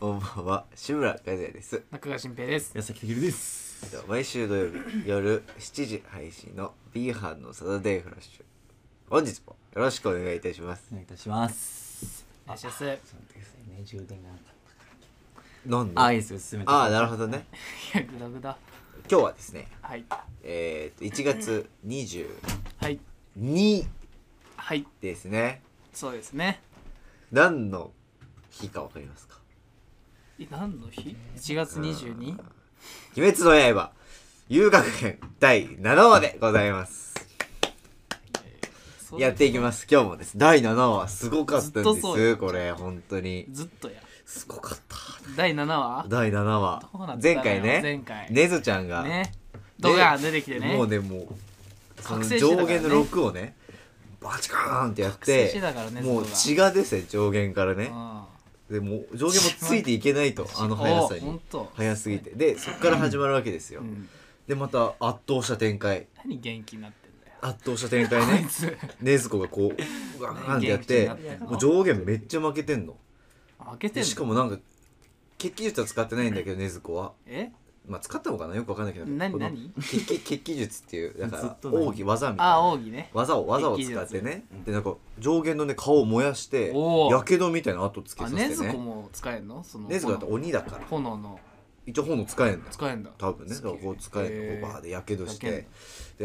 こんばんは、志村和也です。中川新平です。矢崎てきるです毎週土曜日夜7時配信の B 班のサタデーフラッシュ。本日もよろしくお願いいたしますお。願いいたしますお願いします。そうですね充電がなかっなんでたあいいあですよ進めてあー、なるほどね。いや、ぐだぐだ。今日はですね、はい。えー、と1月はい。 22はい。ですね。そうですね。何の日かわかりますかえ何の日 ?1 月 22? 鬼滅の刃、遊楽編第7話でございます。そうやっていきます。今日もです。第7話、すごかったんずでっとそうす。よこれ、本当に。ずっとや。すごかった。第7話第7話どうなったのよ前回ね前回ねずちゃんが、ね。動画が出てきてね。もうねもうその覚醒してた上からね限の6をねバチカーンってやっ覚醒しててたからねもうずっとが血がですね上限からうねん。あでもう上限もついていけないとあの速さに本当。速すぎてでそっから始まるわけですよ、うん。でまた圧倒した展開何元気になってんだよ。圧倒した展開あいねつ。禰豆子がこううわーンってやっねて元気になってもう上限めっちゃ負けてんの開けてでんしかのもなんか血気術は使ってないんだけど禰豆子はえまあ、使ったのかなよくわかんないけど何この何血気血気術っていうだずっからと何奥義技みたいあ、な奥義ね。技を技を血気術使ってねでなんか上限のね顔を燃やしておーやけどみたいな跡つけあ、させねてずこねも使えんのその。ねずこだって鬼だから炎の。一応炎使えんだよ使えんだ。多分ねだ好きからこう使えんへのーこうバーでやけどしやけて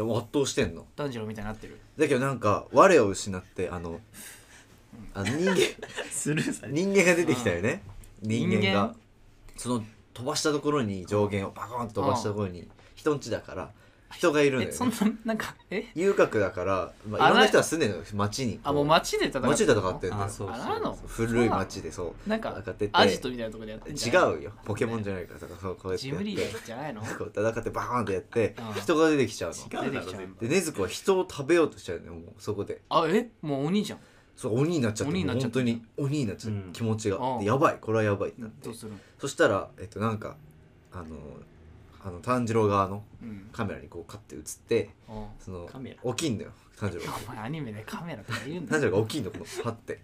で圧倒してんの炭治郎みたいになってる。だけどなんか我を失ってあのあの人間スルーされ人間が出てきたよね人間人が間その飛ばしたところに上限をバコーンと飛ばしたところに人んちだから人がいるんだよえ、ねそんな、なんか、え遊郭だから、まあ、あいろんな人が住んでるの街にあ、もう街で戦ってんの街で戦ってるんだあよそうそうあらの古い街でそうなんか戦っててアジトみたいなところでやってんじゃない違うよポケモンじゃないからだからそうこうやってジやっムてリーダーじゃないのこう戦ってバーンってやってうん人が出てきちゃうの出てきちゃうんだで禰豆子は人を食べようとしちゃうのよもうそこであえもう鬼じゃんそう鬼になっちゃって鬼になっち本ゃって当に鬼になっちゃって、うん気持ちが、うんでやばいこれはやばいってなってどうするのそしたらえっとなんかあのあの炭治郎側のうんカメラにこうカッて映ってあおそのカメラ起きんのよ炭治郎が前アニメでカメラとか言うんだ何だか大きいのこのパッ て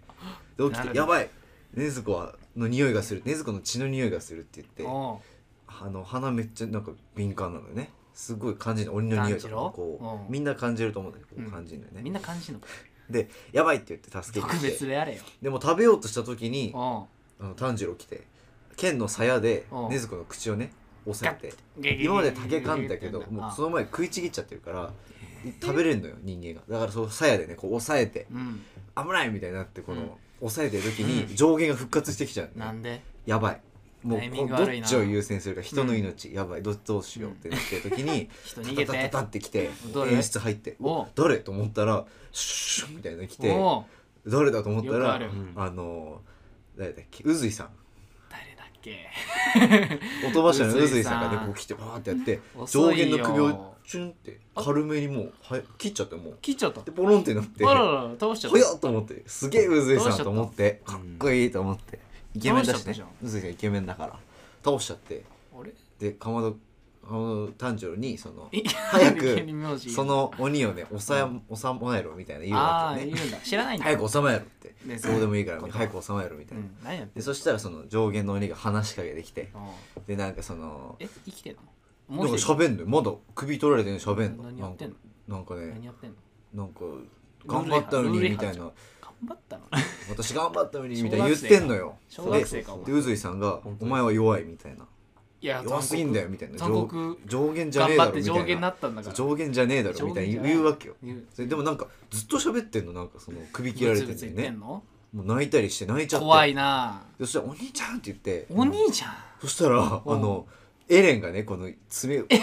で起きなるて「ほどやばい禰豆子はの匂いがする禰豆子の血の匂いがする」って言っておあの鼻めっちゃなんか敏感なのよねすごい感じるの鬼の匂いとか感じろこううんみんな感じると思うんだけどこううん感じるのよみねんな感じるのかで「やばい」って言って助け特に来別てであれよでも食べようとした時におあの炭治郎来て剣の鞘でうん禰豆子の口をね押さえてゲゲゲゲゲ今まで竹噛んだけどゲゲゲゲゲもうあその前食いちぎっちゃってるから食べれるのよ人間がだからその鞘でねこう押さえてうん危ないみたいになってこの、うん抑えてる時うに上限が復活してきちゃうのなね、んでやばいもうタイミこンうグどっ悪いなちを優先するか人の命、やばいどどうしようってなってる時に、 人逃げタタタてタってきてどれ演出入っておお誰と思ったらシュッみたいなの来ておう誰だと思ったよくらあるあの誰だっけ宇髄さん誰だっけ音柱の宇髄さんがね宇髄さんこう来てバーってやって遅上い限よの首をチュンって軽めにもうは切っちゃってもう切っちゃったでポロンってなってあららら倒しちゃっほたやっと思ってすげえ宇髄さんと思って倒かしっちゃったこいいと思ってイケメンだし倒ねしちゃった宇髄さんイケメンだから倒しちゃってあれでかまどかまど炭治郎にそのえ早く急に名字その鬼をね収め収まえろみたいな言うあわあけ言ねうんだ知らないんだ早く収まえろってねどうでもいいからそう早く収まえろみたういなん何やってでんそしたらその上限の鬼が話しかけてきてのでなんかそのえ生きてんのなもんかう一人喋んのよまだ首取られてんのに喋んの何やってんのなんかなんか何ねやってんのなんか頑張ったのにルール違反みたいな頑張ったの私頑張ったのにみたいな言ってんのよ小学生でかお前で宇髄さんが「本お当に前は弱い」みたいないや 弱すぎんだよみたいな残酷上上限じゃね頑えだ張っろてみ上た限いにななったんだから上限じゃねえだろみたいに言うわけよ言うそれでもなんかずっと喋ってんのなんかその首切られてブツブツるんだよ言ってねんのもう泣いたりして泣いちゃって怖いなでそしたら「お兄ちゃん」って言ってお兄ちゃんそしたらあうんのエレンがねこの爪をエ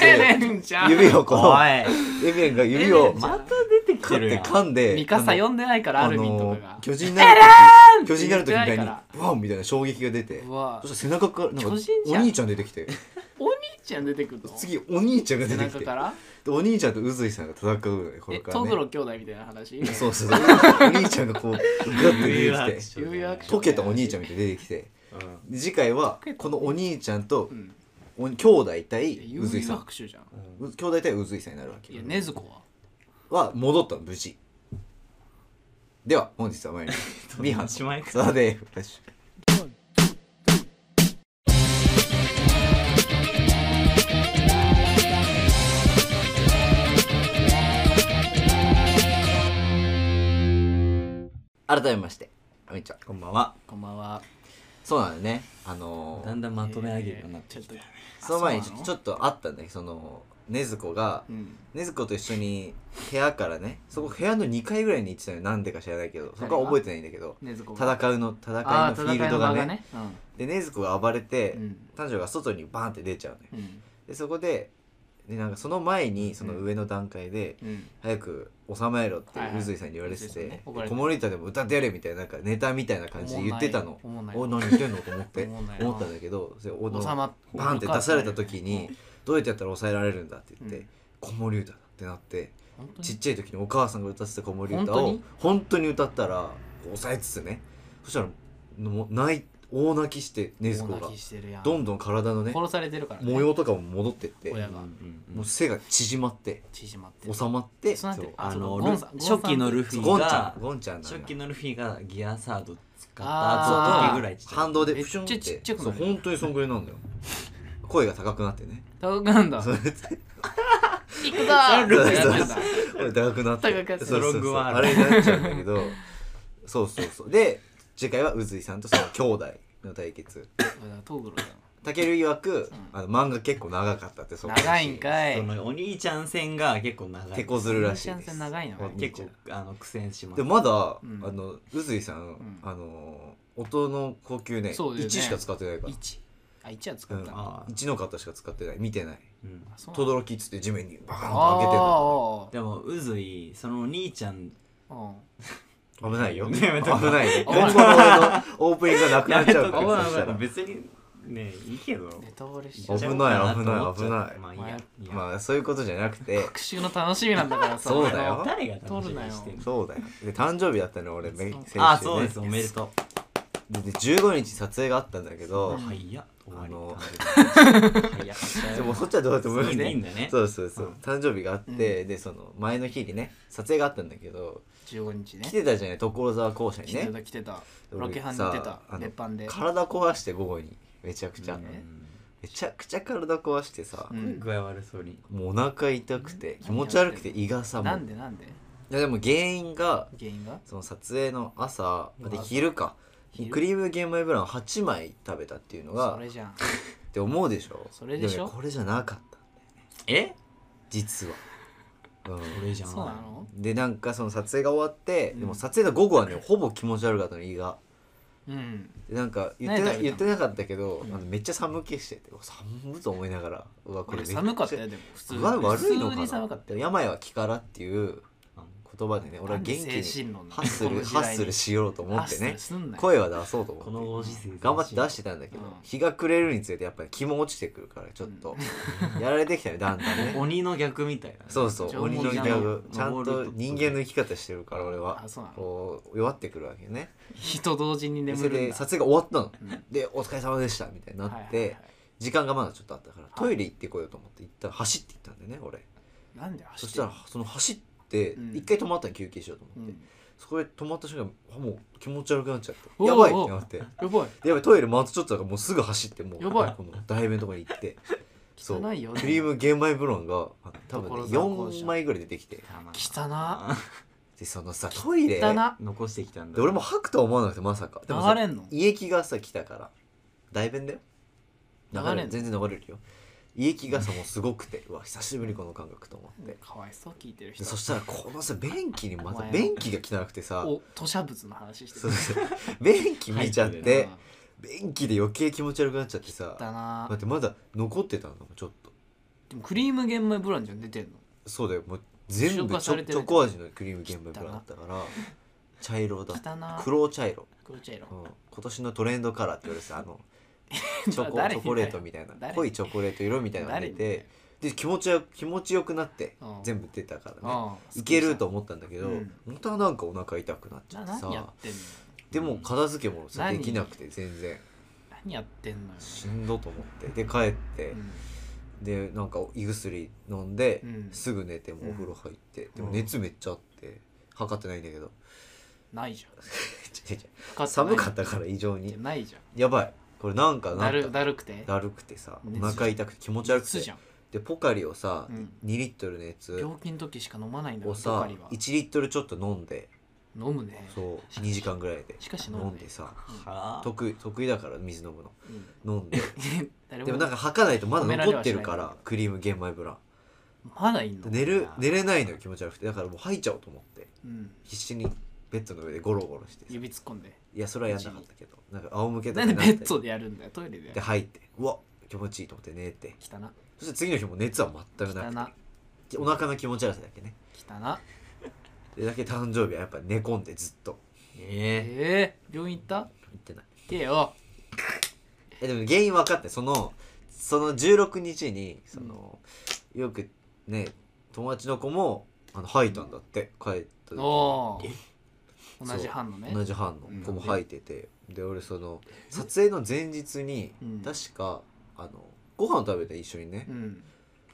レンちゃ ん指をこおのいエレンが指をエレンちゃんまた出てきかてっるてやん噛んで ミカサあの呼んでないからアルミンとかあのが巨人になる時巨人になる時みたい言ってにないかブワンみたいな衝撃が出てうわそしたら背中からなんか巨人じおゃん兄ちゃん出てき てお兄ちゃん出てくるの次お兄ちゃんが背出てき中てからでお兄ちゃんと宇髄さんが戦うのよこれえからトねグロ兄弟みたいな話そうそうそうお兄ちゃんがこうガッて出アてクき シてョン有意アクション溶けたお兄ちゃんみたいに出てきてうん次回はこのお兄ちゃんとうんお兄弟対有宇髄意さん拍手じゃんう兄弟対宇髄さんになるわけいや禰豆子はは戻ったの無事では本日は参りましょう どんな姉妹かサタデーフラッシュ改めましてあみちゃんこんばんはこんばんは。そうなんだよねあのーだんだんまとめ上げるようになってちょっと。その前にちょあちょっとあったんだけどその禰豆子がそうなのうん。禰豆子と一緒に部屋からねそこ部屋の2階ぐらいに行ってたのよなんでか知らないけどそこは覚えてないんだけどねずこ。戦うの戦いのフああ、ィールドがね戦いの場がねで禰豆子が暴れて、うん彼女が外にバーンって出ちゃうのようん。でそこででなんかその前にその上の段階で、うん。うん。早く収めろってはいはい宇髄さんに言われて宇髄さんてね「怒られて子守歌でも歌ってやれ」みたいななんかネタみたいな感じで言ってたのおもんないおおもんな何い言ってんのと思っておもんないな思ったんだけどそれおの収まっバンって出された時にうどうやってやったら抑えられるんだって言っうてん「子守歌だ」ってなって本当にちっちゃい時にお母さんが歌ってた子守歌本当をに本当に歌ったら抑えつつねそしたらもう泣い大泣きして禰豆子が大泣きしてるやんどんどん体のね殺されてるからね模様とかも戻ってって親がもう背が縮まって縮まってる収まってそうなってるそうああのそうルゴンさん初期のルフそうィゴンちゃがんゴンちゃんなんだ初期のルフィがギアサード使ったーあ後の時ぐらいちっちゃい反動でめっプシュンっちゃちってちゃくそなうる本当にそんぐらいなんだよ声が高くなってね高くなんだそれでそれ行くぞーってなって声高くんだなって高くなってそうそうそうストロングワールあれになっちゃうんだけどそうそうそうで次回は宇髄さんとその兄弟の対決トグロたける曰くあの漫画結構長かったってそうらし長いんかそいのお兄ちゃん戦が結構長い手こずるらしい新で幹す線長いなお兄ち結ゃん構あの苦戦しますでもまだ、うんあの宇髄さん、んあの音の呼吸ねそうだよね1しか使ってないから一あ一は使うっんたああー1の方しか使ってない見てないうんそうなんだ轟っつって地面にバカンと開けてんだあでも渦井そのお兄ちゃんー危ないよ。危ねないよ。今また危ない後の俺のオープニングがなくなっちゃうかやめとこら。うそしたら別にねいいけどうんネタバレしち危ゃなうい危ない危ないまあいいやいや まあそういうことじゃなくて、復習の楽しみなん だからさそうだよ誰が楽しみにしてんのそうだよ。で誕生日だったの俺め先週ね。あそうですおめでとで。で15日撮影があったんだけうど、早っ終わありの早かったよでもそっちはどう やってもいいいいんね。だねそうそうそう。誕生日があっうんてでその前の日にね撮影があったんだけど、 15日ね来てたじゃない所沢校舎に来てね。た来てた俺ロケハンに出さたあの別班で体壊して午後にめちゃくちゃうんねめちゃくちゃ体壊してさ。うん具合悪そうにもうお腹痛くて気持ち悪くて胃がさもなうんでなんでいやでも原因が原因がその撮影の朝うんで昼か昼クリーム玄米ブラウン8枚食べたっていうのがそれじゃんって思うでしょそれでしょもねこれじゃなかったえ実は、これじゃんそうなの うん、でなんかその撮影が終わって、うんでも撮影の午後はねほぼ気持ち悪かったの胃がうんでなんか言ってな何食べたの言ってなかったけど、うんあのめっちゃ寒気しててうわ寒いと思いながらうわこれめっちゃ寒かったよでも普通具合悪いの普か通に寒かなったで病は気からっていう言葉でね俺は元気なんでに精神論なハのッスこのル時ハ代にッスルしようと思ってハッスねルすんなよ声は出そうとこ思のってご時世頑張って出してたんだけどうん日が暮れるにつれてやっぱり気も落ちてくるからちょっと やられてきたねだんだんね鬼の逆みたいなそうそう縄鬼文のギャグちじゃゃんんと人間の生き方してるから俺はあそうなのこう弱ってくるわけね人同時にでそれ眠るんでだ撮影が終わったので「お疲れ様でした」みたいになはいっはいてはい時間がまだちょっとあったからトイレ行ってこようと思って行ったら走って行ったんだよね俺なんでそ走っしてたんらのその走ってうん一回止まったの休憩しようと思って。うんそこで止まった瞬間あもう気持ち悪くなっちゃっておーやばいってなってやばいでやばいトイレ回ってちょっとだからもうすぐ走ってもうやばいこの台弁のとこに行 ってそう汚いよクリーム玄米ブロンがあ多分、ね、所沢校舎4枚ぐらい出てきて汚なでそのさトイレ汚な 残してきたんだで俺も吐くとは思わなくてまさかでもさ流れんの胃液がさ来たから大便だよ流れ流れるんの全然流れるよ胃液がさもうすごくてうわ久しぶりこの感覚と思ってかわいそう聞いてるで人そしたらこのさ便器にまおた前便器が汚くてさお吐砂物の話してそうそう便器見ちゃっ入ってて便器で余計気持ち悪くなっちゃってさだな待ってまだ残ってたのちょっとでもクリーム玄米ブランじゃん出てんのそうだよもう全消部化チョされてるチョコ味のクリーム玄米ブランだったから茶色だ汚な黒茶色、黒茶色うん、今年のトレンドカラーって言われてたあの チョコ 誰チョコレートみたいな誰濃いチョコレート色みたいなのが出誰てで気持ちよ気持ちよくなってうん全部出たからねうんいけると思ったんだけど、うんまたなんかお腹痛くなっちゃなって何やさってんのでも片付けもさで何きなくて全然何やってんのよしんどと思ってで帰って、でなんか胃薬飲んで、うんすぐ寝てもうお風呂入って、でもうん熱めっちゃあって測ってないんだけ ど、ないじゃちょちょちょ ん寒かっったから異常にないじゃんやばいこれなんかなだんるかだるくてだるくてさ熱お腹痛くて気持ち悪く熱じてゃんでポカリをさ、うん2リットルのやつ病気の時しか飲まないんだよをポカさリは1リットルちょっと飲んで飲むねそう2時間ぐらいでしかし飲む飲ねんでさはあ得意得意だから水飲むのうん飲 んで誰でもなんか吐かないとまだ残ってるか褒められはしならいクリーム玄米ブラまだいんの寝る寝れないのよ気持ち悪くてだからもう吐いちゃおうと思ってうん必死にベッドの上でゴロゴロしてさ指突っ込んでいやそれはやんなかったけどなんか仰向けとなかんでにベなってッドでやるんだよトイレでやでる吐いてうわ気持ちいいと思って寝て汚なそして次の日も熱は全く汚ななくてお腹の気持ち悪さだけね汚なでだけ誕生日はやっぱ寝込んでずっとええー、病院行った行ってない行けよえでも原因分かってそのその16日にその、よくね友達の子もあの吐いたんだって帰った時におーそう同じ班のね同じ班うんの子も吐いてて、で俺その撮影の前日に、うん確かあのご飯食べて一緒にねう、ん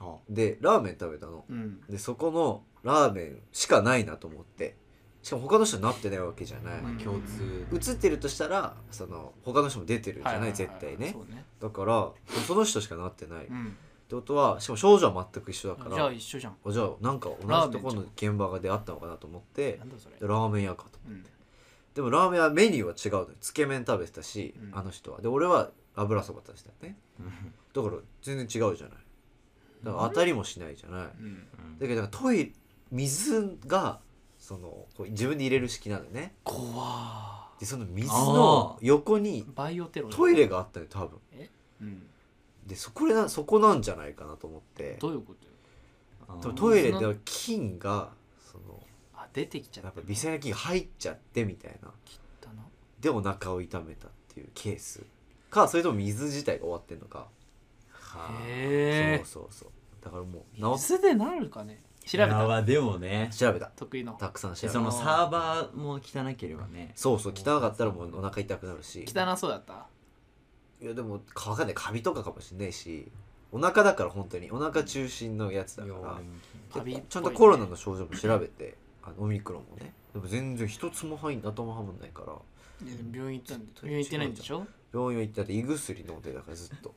ー、あでラーメン食べたのうんでそこのラーメンしかないなと思ってしかも他の人になってないわけじゃない、うまんあ共通映ってるとしたらその他の人も出てるじゃない,、ははは絶対ねそうねだからその人しかなってない、うっんてことはしかも症状は全く一緒だかじゃあら一緒じゃんあじゃあなんか同じところの現場が出会ったのかなと思ってなんだそれでラーメン屋かとうんでもラーメンはメニューは違うのよつけ麺食べてたし、うんあの人はで俺は油そば食べてたよねうんだから全然違うじゃないだから当たりもしないじゃない、うんうんだけどなんかトイレ水がそのこう自分で入れる式なのね怖でその水の横にーバイオテロトイレがあったのよ多分うんでそこれなそこなんじゃないかなと思ってどういうことよあ多分ートイレでは菌がそのあ出てきちゃやっっぱ微細な菌が入っちゃってみたいなたなでお腹を痛めたっていうケースかそれとも水自体が終わってんのかはあへえそうそうそうだからもう直す水でなるかね調べいやまたあでもね調べた得意のたくさん調えべたそのサーバーも汚ければねそうそう汚かったらもうお腹痛くなるし汚そうだったいやでもわかんないカビとかかもしんないしお腹だから本当にお腹中心のやつだかカらビっでぽいねちゃんとコロナの症状も調べてあのオミクロンもねでも全然一つも入ん頭はまんないからで病院行ったんで病院行ってないんでしょ病院行ったって胃薬飲んでだからずっと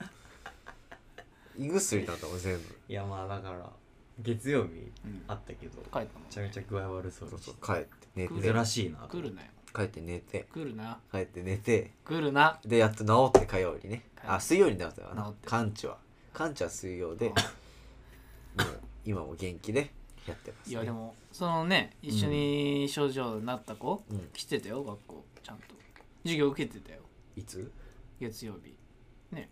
胃薬なんだもん全部いやまあだから月曜日うんあったけど帰っためちゃめちゃ具合悪そうそうにしそうて帰って寝そうて珍しいなの来るなよ帰って寝て来るな帰って寝て来るなでやっと治って火曜日ねはあい水曜に治ったか治っなて完治は完治は水曜でもう今も元気でやってます、ね、いやでもそのね一緒に症状になった子うん来てたよ学校ちゃんと授業受けてたよいつ月曜日ね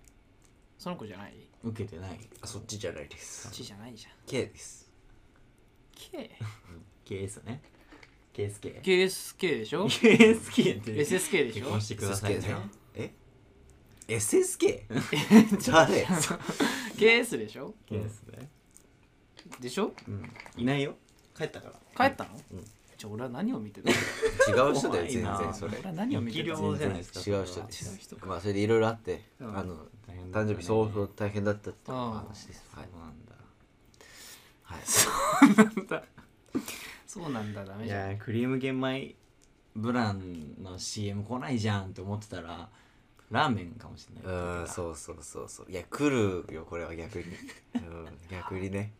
その子じゃない受けてないあそっちじゃないでうすちじゃないじゃん K です K KS ね KSK KSK でしょ KSK って SSK でし結ょ婚してください SSK ねだよえ SSK? 誰 KS でしょ KS ねでしょうんいないよ帰ったから帰ったのうんじゃあ俺は何を見てたの違う人だよ怖いな全然それ俺は何を見てたの生き量じゃないですか違う人それはで違うす人かまあそれでいろいろあって、うんあの大変だっ誕生たね日相当大変だったっていううん話です、そはいうなんだはい、そうなんだダメいじゃんやークリーム玄米ブランの CM 来ないじゃんって思ってたらラーメンかもしれないうんそうそうそうそういや来るよこれは逆に、うん、逆にね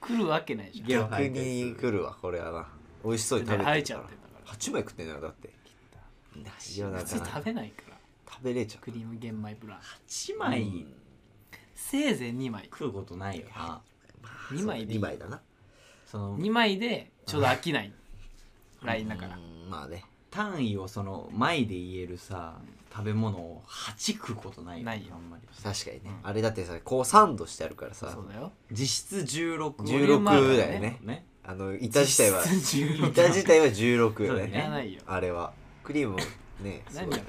来るわけないじゃんいや逆に来るわこれはな美味しそうに食べてる生えちゃってんだから8枚食ってんだよだっていやな普ん通か食べないから食べれちゃうクリーム玄米ブラン1う枚んせいぜい2枚食うことないよな2枚で2枚だなその2枚でちょうど飽きないラインだからうんまあね単位をその枚で言えるさ食べ物を8食うことないよないよあんまり確かにね、うんあれだってさこうサンドしてあるからさそうだよ実質16を16入れるまでだよねねあの板自体は16板自体は16よそうねだいらないよあれはクリームね何そうだか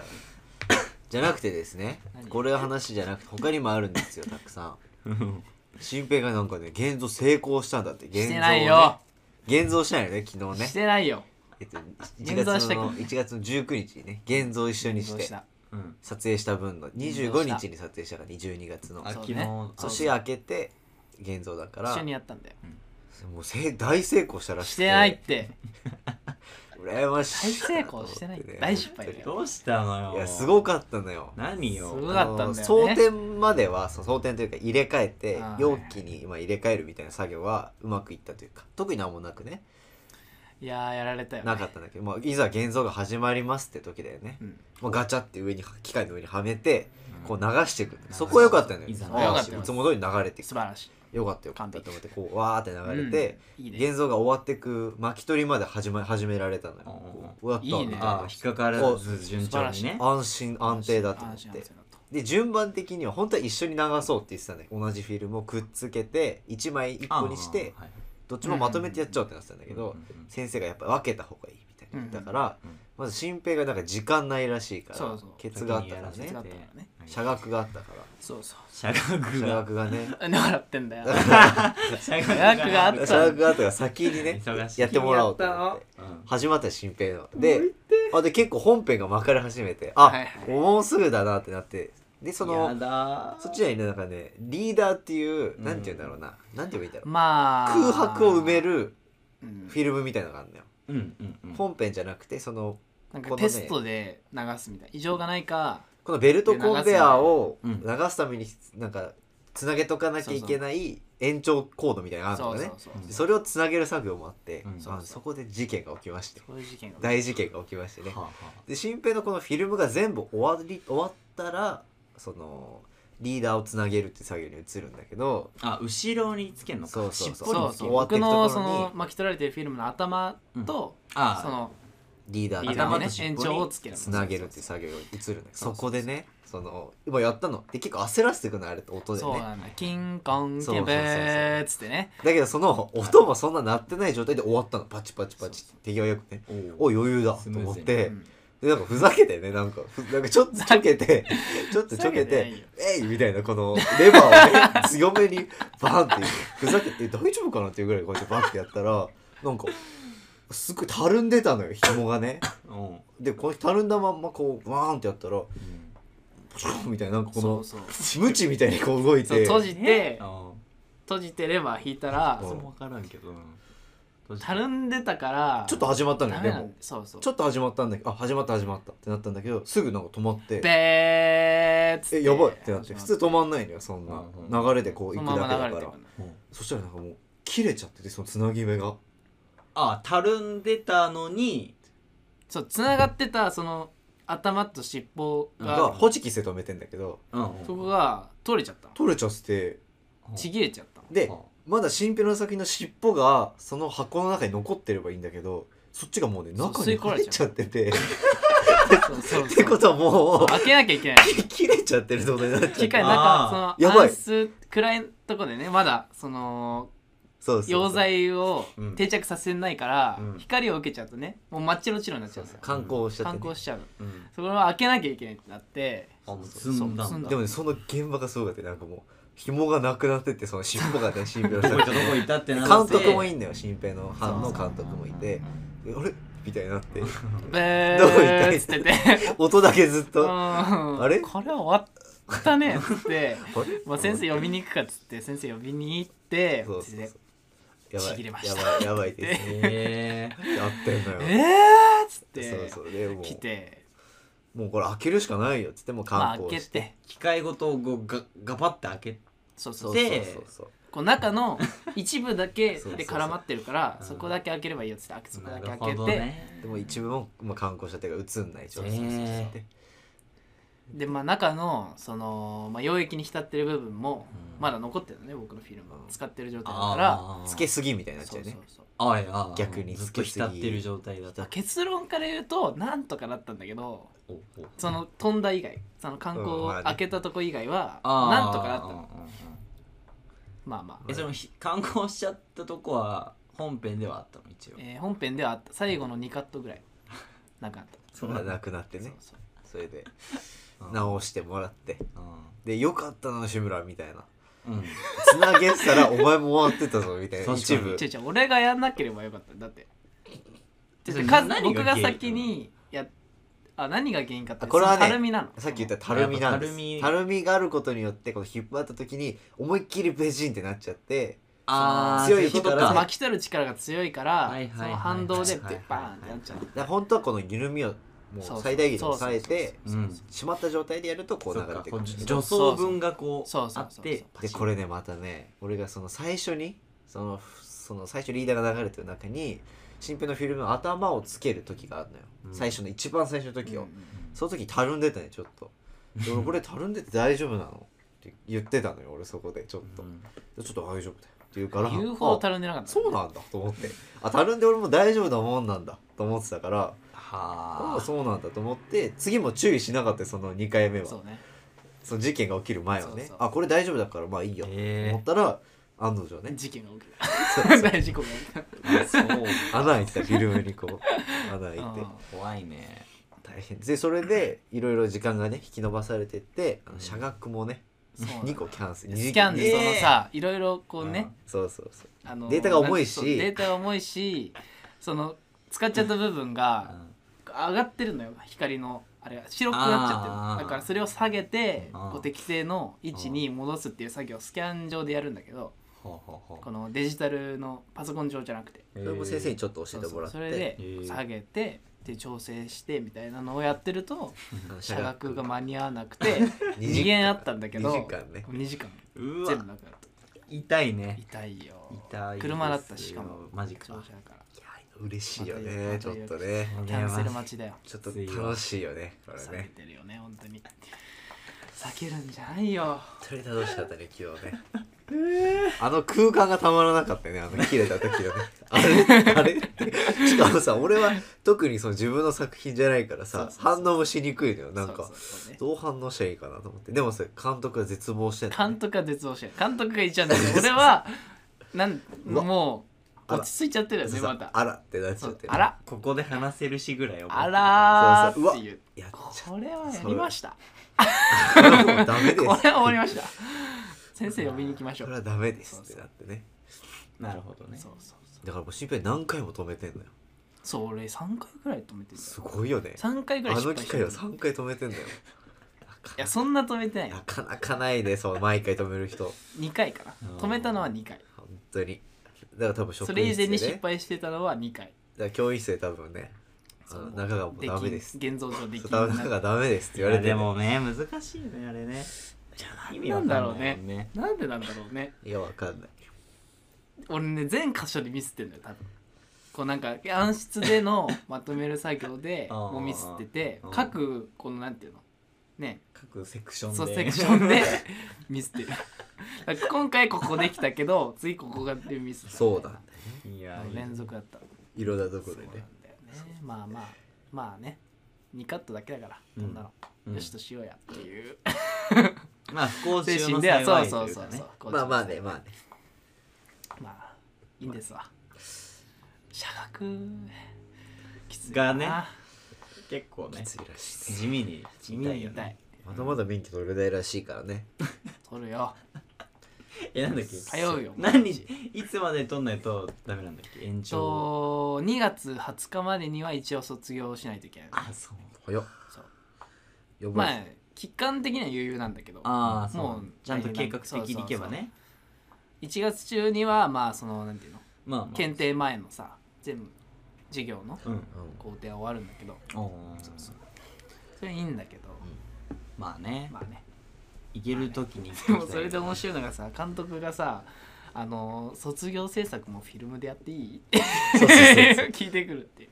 らじゃなくてですね何これは話じゃなくて他にもあるんですよたくさん新平がなんかね現像成功したんだって現像、ね、してないよ現像したんよね昨日ねしてないよえっと、1現像月したの1月の19日にね現像一緒にしどうてしたうん撮影した分の25日に撮影したからね12月のあそう昨ね日年明けて現像だから一緒にやったんだよもうせ大成功したらしくしてないって羨ましい大成功してないって大失敗だよどうしたのいよやすごかったのよ何よすごいかったんだよね争点まではそう争点というか入れ替えてあー容器にまあ入れ替えるみたいな作業はうまくいったというか特になんもなくねいやーやられたよ、ね、なかったんだけど、まあ、いざ現像が始まりますって時だよね、うんまあ、ガチャって上に機械の上にはめてこう流していくんだよ、流すそこは良かったよねいざああ良かったよいつも通り流れてい素晴くらしいよかったよかったと思ってこうわーって流れて、いいね現像が終わってく巻き取りまで始,、ま、始められたのよ、こううわっといいねみたいあなあ引っかからず順調にね安心安定だと思っ安心安て全だとで順番的には本当は一緒に流そうって言ってたんだけど同じフィルムをくっつけて1枚1個にしてああはいどっちもまとめてやっちゃおうってなってたんだけど、うんうん先生がやっぱ分けた方がいいみたいな言ったから、うんうんうんまず新平がなんか時間ないらしいからそうそうケツがあったから先にね手伝っやたからね社学があったかそうそう社学ら社が学が ね なんで笑ってんだよ社学学があっ社学があったから先 にね忙しいやってもらおうと思ってうん始まったよ新平のであで結構本編が巻かれ始めてあ、はいはいもうすぐだなってなってでそのやだーそっちにはねなんかねリーダーっていううんなんて言うんだろうな、なんて言えばいいんだろうまあ空白を埋める、るうんフィルムみたいなのがあるのよ、うんうんうん本編じゃなくてそのなんこかのねテストで流すみたい異常がないかこのベルトコンベアを流流すのすためになんかつなげとかなきゃいけない延長コードみたいなのがあるそのねうそうそううんそれをつなげる作業もあって、うんあのそうそうそこで事件が起きましてそういう事件が大事件が起きましてねはあはで新平のこのフィルムが全部終わり終わったらそのリーダーをつなげるって作業に移るんだけどああ後ろにつけるのかそうそうそう尻尾そにうつけそうる終わって僕くところのにその巻き取られてるフィルムの頭と、あそのリーダーリがーダーの頭ねと尻尾延に長をつけるつなげるっていう作業に移るんだけどそこでねその今やったので結構焦らせてくのあれって音でそうねなんだキンコンそうそうそうそケンベうーっつってねだけどその音もそんな鳴ってない状態で終わったのパチパチパチって手際よくねおお余裕だとスムー思っズにてうんでなんかふざけてねなんかふなんかちょっとちょけてちょっとちょけふざけてなていよ「えい!」みたいなこのレバーをね強めにバーンってふざけて「大丈夫かな?」っていうぐらいこうやってバッてやったらなんかすっごいたるんでたのよ紐がねおでこうたるんだまんまこうバーンってやったらプシュンみたいななんかこそのうそう 無知みたいにこう動いそうて閉じてお閉じてレバー引いたらそうそれも分からんけどうんたるんでたからちょっと始まったのダよメでなんもだそうそうちょっと始まったんだけどあ始まった始まったってなったんだけどすぐなんか止まってベーっつってえやばいってなって普通止まんないのよそんなうんうん流れでこうそ行のくだけだまかま流れてらくのうんそしたらなんかもう切れちゃっててそのつなぎ目があたるんでたのにそうつながってたその頭と尻尾ががホチキスで止めてんだけどうんそこが取れちゃったの取れちゃっててちぎれちゃったのでまだ新品の先の尻尾がその箱の中に残ってればいいんだけどそっちがもうねそう中吸にい込ま入れっちちゃゃっててっそうそうてそこうとはも開けなきゃいけないうの 切れちゃってるってことに なっちゃって機械のあー中そやのばアいイス暗いとこでねまだそのそうそうそう溶剤をうん定着させないから、うん光を受けちゃうとねもう真っ白白になっちゃうんですよ観光しちゃって観ね光しちゃううんそこは開けなきゃいけないってなってあもう積んだそう積んんだだでもねその現場がすごかったよなんかもう紐がなくなってってその尻尾がね新平のどこ行先ったど こ行ったってな監と督もいいんだよ新平の班の監督もいて「あれ?」みたいになってベーどこ行ったっつってて 音だけずっう と「あんあれこれ終わったねっつ ってれ?」まあ先生呼びに行くかっつって先生呼びに行ってそうそうそうやばちぎいれやましたばいや ばいですねへえやってんのよえーっつってそうそうでも来うてもうこれ開けるしかないよっつってもうま観あ開光けしてて機械ごとこうガガバって開けそうそうそうそうそうでそうそうこう 中の一部だけそうそうそでう絡まってるからうんそこだけ開ければいいよっつって開けそこだけ開けて、ねでも一部もまあ観光した手が映んない状態へーそうそうそうでまあ中のその、まあ、溶液に浸ってる部分もうんまだ残ってるのね僕のフィルムうん使ってる状態だかああつけすぎみたいになっちそゃううそうねそうあいあ逆にずっと浸ってる状態だった結論から言うとなんとかなったんだけどおおその飛んだ以外その観うんまあ光ね開けたとこ以外はあーなんとかなったうんうんうのんまあまあえそのひ観光しちゃったとこは本編ではあったの一応えー本編ではあった最後の2カットぐらいなくなったそまあなくなってねそうそれでうん直してもらってうで「よかったな志村」みたいなんうんつなげてたらお前も終わってたぞみたいな確かに一部違う違う俺がやんなければよかっただ ってえ違う違うな数何が僕が原因先にやあ何が原因かってあこれはねそのたるみなのさっき言ったそたるみなんでやっぱたるみすたるみがあることによってこの引っ張った時に思いっきりベジンってなっちゃってああ強いのことそかう巻き取る力が強いから、はいはいはいその反動ではいはいはいバーンってなっちゃうだから本当はこの緩みをもそううそう最大限に抑えてそうそうそうしまった状態でやるとこう流れてくるんですけど女装分がこうそうそうあそうそっうてでこれねまたね俺がその最初にそのその最初リーダーが流れてる中に新編のフィルムの頭をつける時があるのよ、うん最初の一番最初の時を、うんその時たるんでたねちょっ と「で俺これたるんでて大丈夫なの?」って言ってたのよ俺そこでちょっとうん「ちょっと大丈夫だよ」って言うから言うほどたあるんでなかったそうなんだと思ってあたるんで俺も大丈夫なもんなんだと思ってたからあはああそうなんだと思って次も注意しなかったよその2回目はそそうねの事件が起きる前はねそうそうあこれ大丈夫だからまあいいよとへえ思ったら案の定ね事件が起きた 大事故が起きたそう穴開いてたフィルムにこ う穴開いてう怖いね大変でそれでいろいろ時間がね引き延ばされてってあうのん社学もねんそうなの2個キャンセルスキャンでそのええさいろいろこうねそうそうそうあのデータが重いしそうデータが重いしその使っちゃった部分うがん上がってるのよ光のあれが白くなっちゃってあーるだからそれを下げてあーこう適正の位置に戻すっていう作業をスキャン上でやるんだけどほうほうほうこのデジタルのパソコン上じゃなくてそれも先生にちょっと教そえうてそもらうってそれでへえ下げてで調整してみたいなのをやってるとあの社学が間に合わなくて二2時間限あったんだけど二時間ね2時間う全部わなくなった痛いね痛いよ痛いですよ車だったしかもマジか乗車だからいや嬉しいよまたねよちょっとねキャンセル待ちだよちょっと楽しいよねこれ避けねてるよね本当に避けるんじゃないよ本当に楽しかったね今日ねあの空間がたまらなかったよねあの切れた時 のねあれあれしかもさ俺は特にその自分の作品じゃないからさそうそうそ反う応もしにくいのよなんかそうそうそうねどう反応したらいいかなと思ってでもそれ監督は絶望してんの監督は絶望してる監督が言っちゃうんだ けど俺はなんうわもうあら落ち着いちゃってるよねそうまさたあらってなっちゃってそうあらここで話せるしぐらい思ってあらそうーそっうていうやっちゃっこれはやりましたたこれはも うダメですこれは終わりました先生呼びに行きましょこうれはダメですってなってねなるほどねそうそうそうだからもう心配何回も止めてんのよそう俺3回ぐらい止めてるすごいよね3回ぐあらい失の敗機して械るを3回止めてんだよいやそんな止めてないよなかなかないでそう毎回止める人2回かなうん止めたのは2回本当にだから多分そ職れ員以前室で、に失ね、だか敗してたのは2回ら教員室で多分ねあそのう中がもうダメですきん現像上できそうるダメだからダメですって言われていやねでもね難しいねあれねじゃ意あ味わなかんんなだいろもうんねねなんでなんだろうねいやわかんない俺ね全箇所でミスってんだよ多分こうなんか暗室で のまとめる作業であーもうミスっててうん各このなんていうのね各セクションでそうセクション でミスってるだから今回ここできたけど次ここがでミスそうだね いやもう連続だったいろんなとこそうろなでんだよねねまあまあまあね2カットだけだからうんこんなの、うんよしとしようやっていうまあ不幸精中神のでは幸そういそとうそういうかねそうまあまあねまあねまあいいんですわ社学きついがね結構ねきついらしいね地味に地味に痛い、まだまだ免許取れないらしいからね取るよえなんだっけ通うよ何日いつまでに取んないとダメなんだっけ延長と2月20日までには一応卒業しないといけないあそう早っそう呼ばまれあて期間的には余裕なんだけどああそうもうちゃんと計画的にいけばね1月中にはまあそのなんていうのまあ、まあ、検定前のさ全部授業のうんうん工程は終わるんだけどおそうそそうそれいいんだけどまあね、まあねいける時にでもそれで面白いのがさ監督がさあの卒業制作もフィルムでやっていいそうそうそうそう 聞いてくるっていう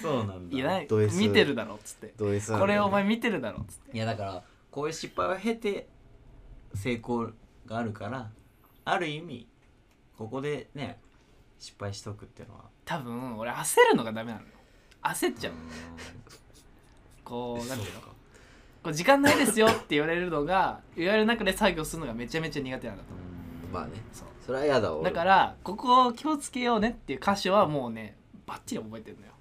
そうなんだいやないド S 見てるだろっつって同意するこれお前見てるだろっつっていやだからこういう失敗を経て成功があるからある意味ここでね失敗しとくっていうのは多分俺焦るのがダメなのよ焦っちゃううのーこうんなんていうそうのかこう時間ないですよって言われるのが言われる中で作業するのがめちゃめちゃ苦手なんだと思うーんまあねうそうそれは嫌だ俺だからここを気をつけようねっていう箇所はもうねバッチリ覚えてるのよ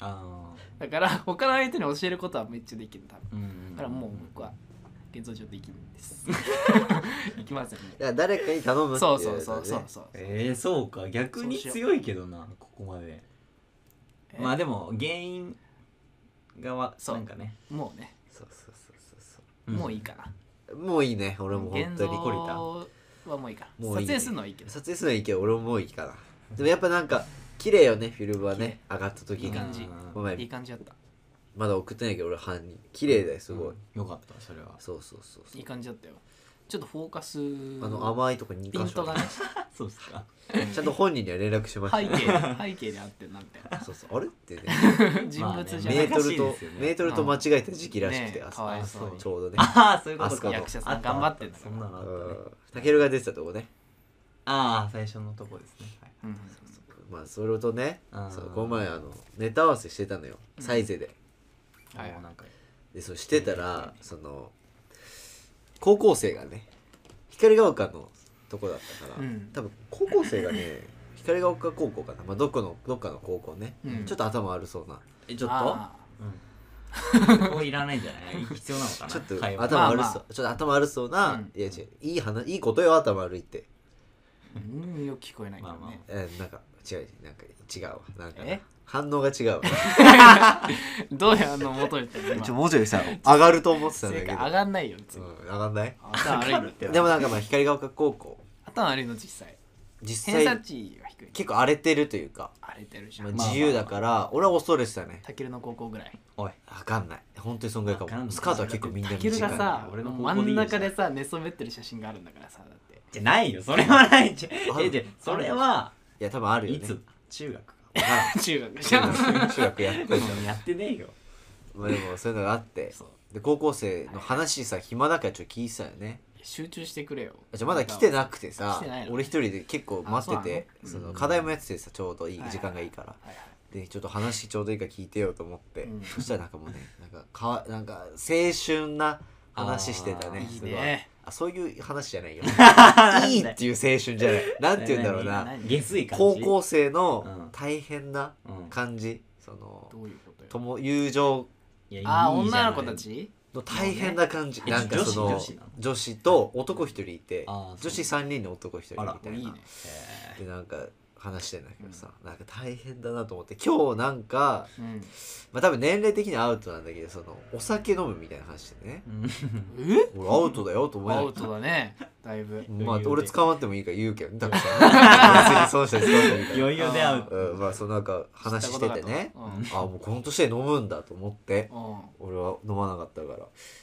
あだから他の相手に教えることはめっちゃできる多分ーうんだからもう僕は現像上できるんです いきますよねだから誰かに頼むっていうそのうねそうそうそうそう、えー、そうか逆に強いけどなここまでえーまあでも原因側そうなんかね、もうね、そうそうそうそううんもういいかなそうもういいね俺も本現当像にこれはもういいかもういい撮影するのはいいけど撮影するのはいいけど俺ももういいかなでもやっぱなんか綺麗よねフィルムはね上がった時いいに感じうんごめいいん感じだったまだ送ってないけど俺犯人綺麗だよすごい、うんよかったそれはそうそうそうそういい感じだったよちょっとフォーカスあの甘いとこにピントがねそうっすかちゃんと本人には連絡しました背ね、景背景であってなん てそうそうあれってね人物じゃなメいートルおかしいでとすよねメートルと間違えた時期らしくて、ねあかわいそうにちょうどね ああそういうこあとそこかの役者さん頑張ってんだかそらんなのあったねたけるが出てたとこねああ最初のとこですねはいうんまあそれとねあーそうこの前あのネタ合わせしてたのようんサイゼで、はいもうなんかでそうしてたらその高校生がね光が丘のとこだったから、うん多分高校生が ね光が丘高校かな、まあ、どこのどっかの高校ね、うんちょっと頭悪そうなえちょっあとうんここいらないんじゃない 必要なのかなちょっと会話頭悪そう、まあまちょっと頭悪そうな、うんいや違ういい話いいことよ頭悪いって、ーうんよく聞こえないけどね、まあまえーなんか違うなんか違うわなんかえ反応が違うわ どうやあの元に言ったの今もうちょいさ上がると思ってたんだ正け解ど上がんないよ別うに、ん、上がんない頭悪いのでもなんかまあ光が丘高校頭悪いの 実際実偏差際値は低い結構荒れてるというか、荒れてるじゃまあ、ん、まあ自由だから、俺は恐れてたねタケルの高校ぐらいおいわかんない本当にそんぐらいかわかんなもいスカートは結構みんなタ短ケいルがさ俺の高校でいいよ真ん中でさ寝そべってる写真があるんだからさだってじゃないよそれはないじゃあるえじゃそれはいや多分あるよ、ね、いつ 中学か中学じ 中ゃん学中学やって たやってねえよまあでもそういうのがあって そうで高校生の話さ暇だからちょっと聞いてたよね集中してくれよじゃあまだ来ていなくてさ来てないの俺一人で結構待っててあそそうなののうん課題もやっててさちょうどいいはいはい時間がいいからはいはいでちょっと話ちょうどいいから聞いてよと思って、うんそしたらなんかもうねなんかかわなんか青春な話してたねあーいいすごいねあそういう話じゃないよいいっていう青春じゃないなんて言うんだろうな何下水感じ高校生うんの大変なうん感じ、そのどういうことよ友友情いやいいじゃないああ女の子たちの大変な感じ、ねなんかその女女子女子子なのと男一人いてあーそ女う子3人の男一人みたあいらなもういいねへでなんか話してんだけどさ、なんか大変だなと思って今日なんか、うんまあ、多分年齢的にはアウトなんだけどそのお酒飲むみたいな話してねーえ俺アウトだよと思いなアがウトだねだいぶらまあ余裕で俺捕まってもいいから言うけ どだからさ別にその人に捕まってもいいから余裕で会ううん、まあそのなんか話しててね知ったことがあっあもうこの年で飲むんだと思ってたうん俺は飲まなかったから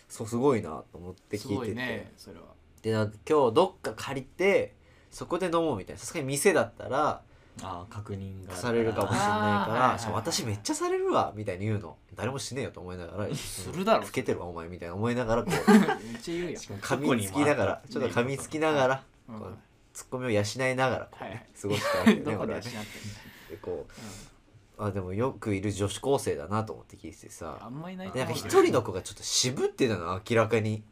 そうすごいなと思ってす聞いごていて、ねそれはでなんか今日どっか借りてそこで飲もうみたいなさすがに店だったらあー確認がされるかもしれないからあーはいはいはいそう私めっちゃされるわみたいに言うの誰もしねえよと思いな がらす るだろ老けてるわお前みたいな思いながらこ うめっちゃ言うやん噛みつきながらちょっと噛みつきながら、うんこはうツッコミを養いながらこう、ねいはい過ごしてたわけよね どこ俺では足ねなってんでこうだよあでもよくいる女子高生だなと思って聞いててうんあさんまいないとでなん思うかよ一人の子がちょっと渋ってたの明らかに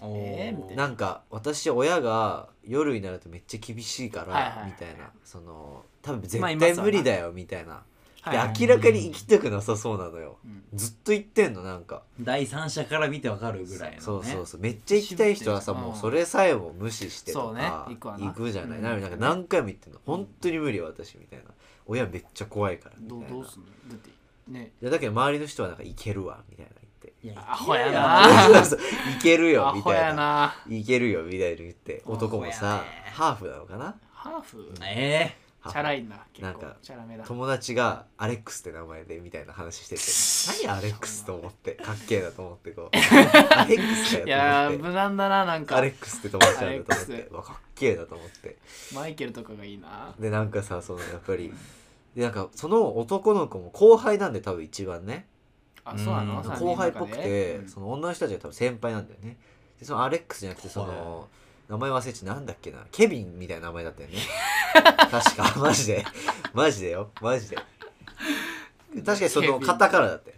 おえーみたいなんか私親が夜になるとめっちゃ厳しいかはいはいはらいみたいなその多分絶まあい対ますわ無な理だよみたいなはいはいで明らかに行きたくなさそうなのようんずっと言ってんのなんか第三者から見てわかるぐらいのねそうそうそうめっちゃ行きたい人はさ渋ってるもううんそれさえも無視してそとうねか行くわな行くじゃなういんなのになんか何回も言ってんの本当に無理よ私みたいな親めっちゃ怖いからみたどいうなどうすんのだってねいやだけど周りの人はなんか行けるわみたいな言っていやアホ「や なそうそう行けるよア」みホたいやなな「行けるよ」みたいな言って男もアさホやねハーフなのかなハーフえチャラいなな結ん構かチャラめだ友達がアレックスって名前でみたいな話 してて何アレックスと思ってかっけえなと思ってこうアレックスいだよと思やーって無難だななんかアレックスって友達なんだとア思っレッてクわかっけえなと思ってマイケルとかがいいなでなんかさそのやっぱりでなんかその男の子も後輩なんで多分一番ねあそうなうのん三後人の中輩でっぽくて、うんその女の人たちが多分先輩なんだよねでそのアレックスじゃなくてそはの名前忘れちゃなんだっけなケビンみたいな名前だ ったよね確かマジでマジでよマジで確かにそケビのンカタカナだって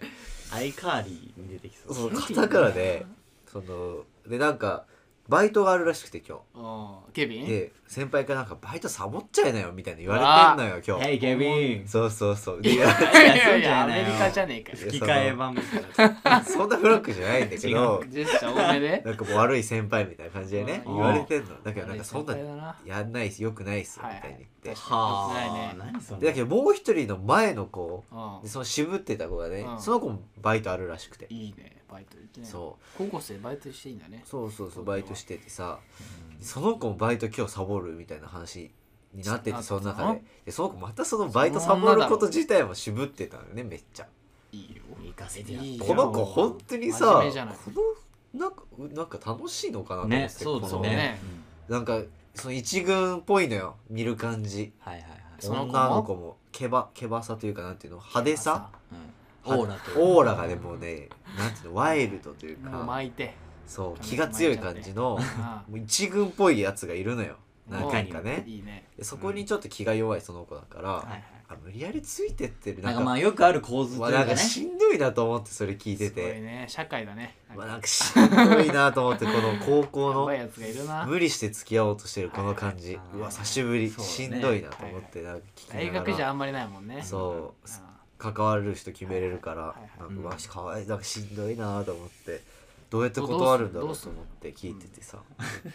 ー、アイカーリーに出てきそうそう カタカナでそのでなんかバイトがあるらしくて今うんケビ日ンで先輩からなんかバイトサボっちゃいなよみたいな言われてんのよ今 Hey 日 Kevin そうそうそうでいや いやいやそういじやゃアないメよリカじゃねえかよいや吹き替え版みたいなそんなフラッグじゃないんだけ どジェスチャー多めでなんかもう悪い先輩みたいな感じでねあ言ーわれてんのだけどなんかそんな悪い先輩だなやんないしよくないっすよはいみたいに言ってはないあね何そでだれけどもう一人の前の子うでんその渋ってた子がねうんその子もバイトあるらしくていいねバイト行ってねそ高校生バイトしていいんだねうそうそうそうバイトしててさその子もバイト今日サボるみたいな話になってなてってそたのの中ででその子またそのバイトサボること自体も渋ってたのよねめっちゃいいよ行かせてやっいいてよこの子本当にさ真面目じゃないこのなんかうなんか楽しいのかなと思って、ねそうだこのねね、なんかその一軍っぽいのよ見る感じはいはいはいその子も女の子もけばけばさというかなんていうの派手さうんオーラというオーラがねもうねなんていうのワイルドというもうか巻いてそう気が強い感じのあもう一軍っぽいやつがいるのよあなんか中ねにいいねでそこにちょっと気が弱いその子だから、はいはいあ無理やりついてってるなんなんかかまあよくある構図とわいうなんかかねしんどいなと思ってそれ聞いてすごいて、ね社会だねわやなんかしんどいなと思ってこの高校のばいやつがいるな無理して付き合おうとしてるこの感じ、はいはいはいうわ久しぶり、そうねしんどいなと思ってなんか聞き大なが学じゃらあんまりないもんねそうん関わる人決めれるから、はいはないはんかいうんうわかわいなんかしんどいなと思ってどうやって断るんだろどううすとる思って聞いててさ、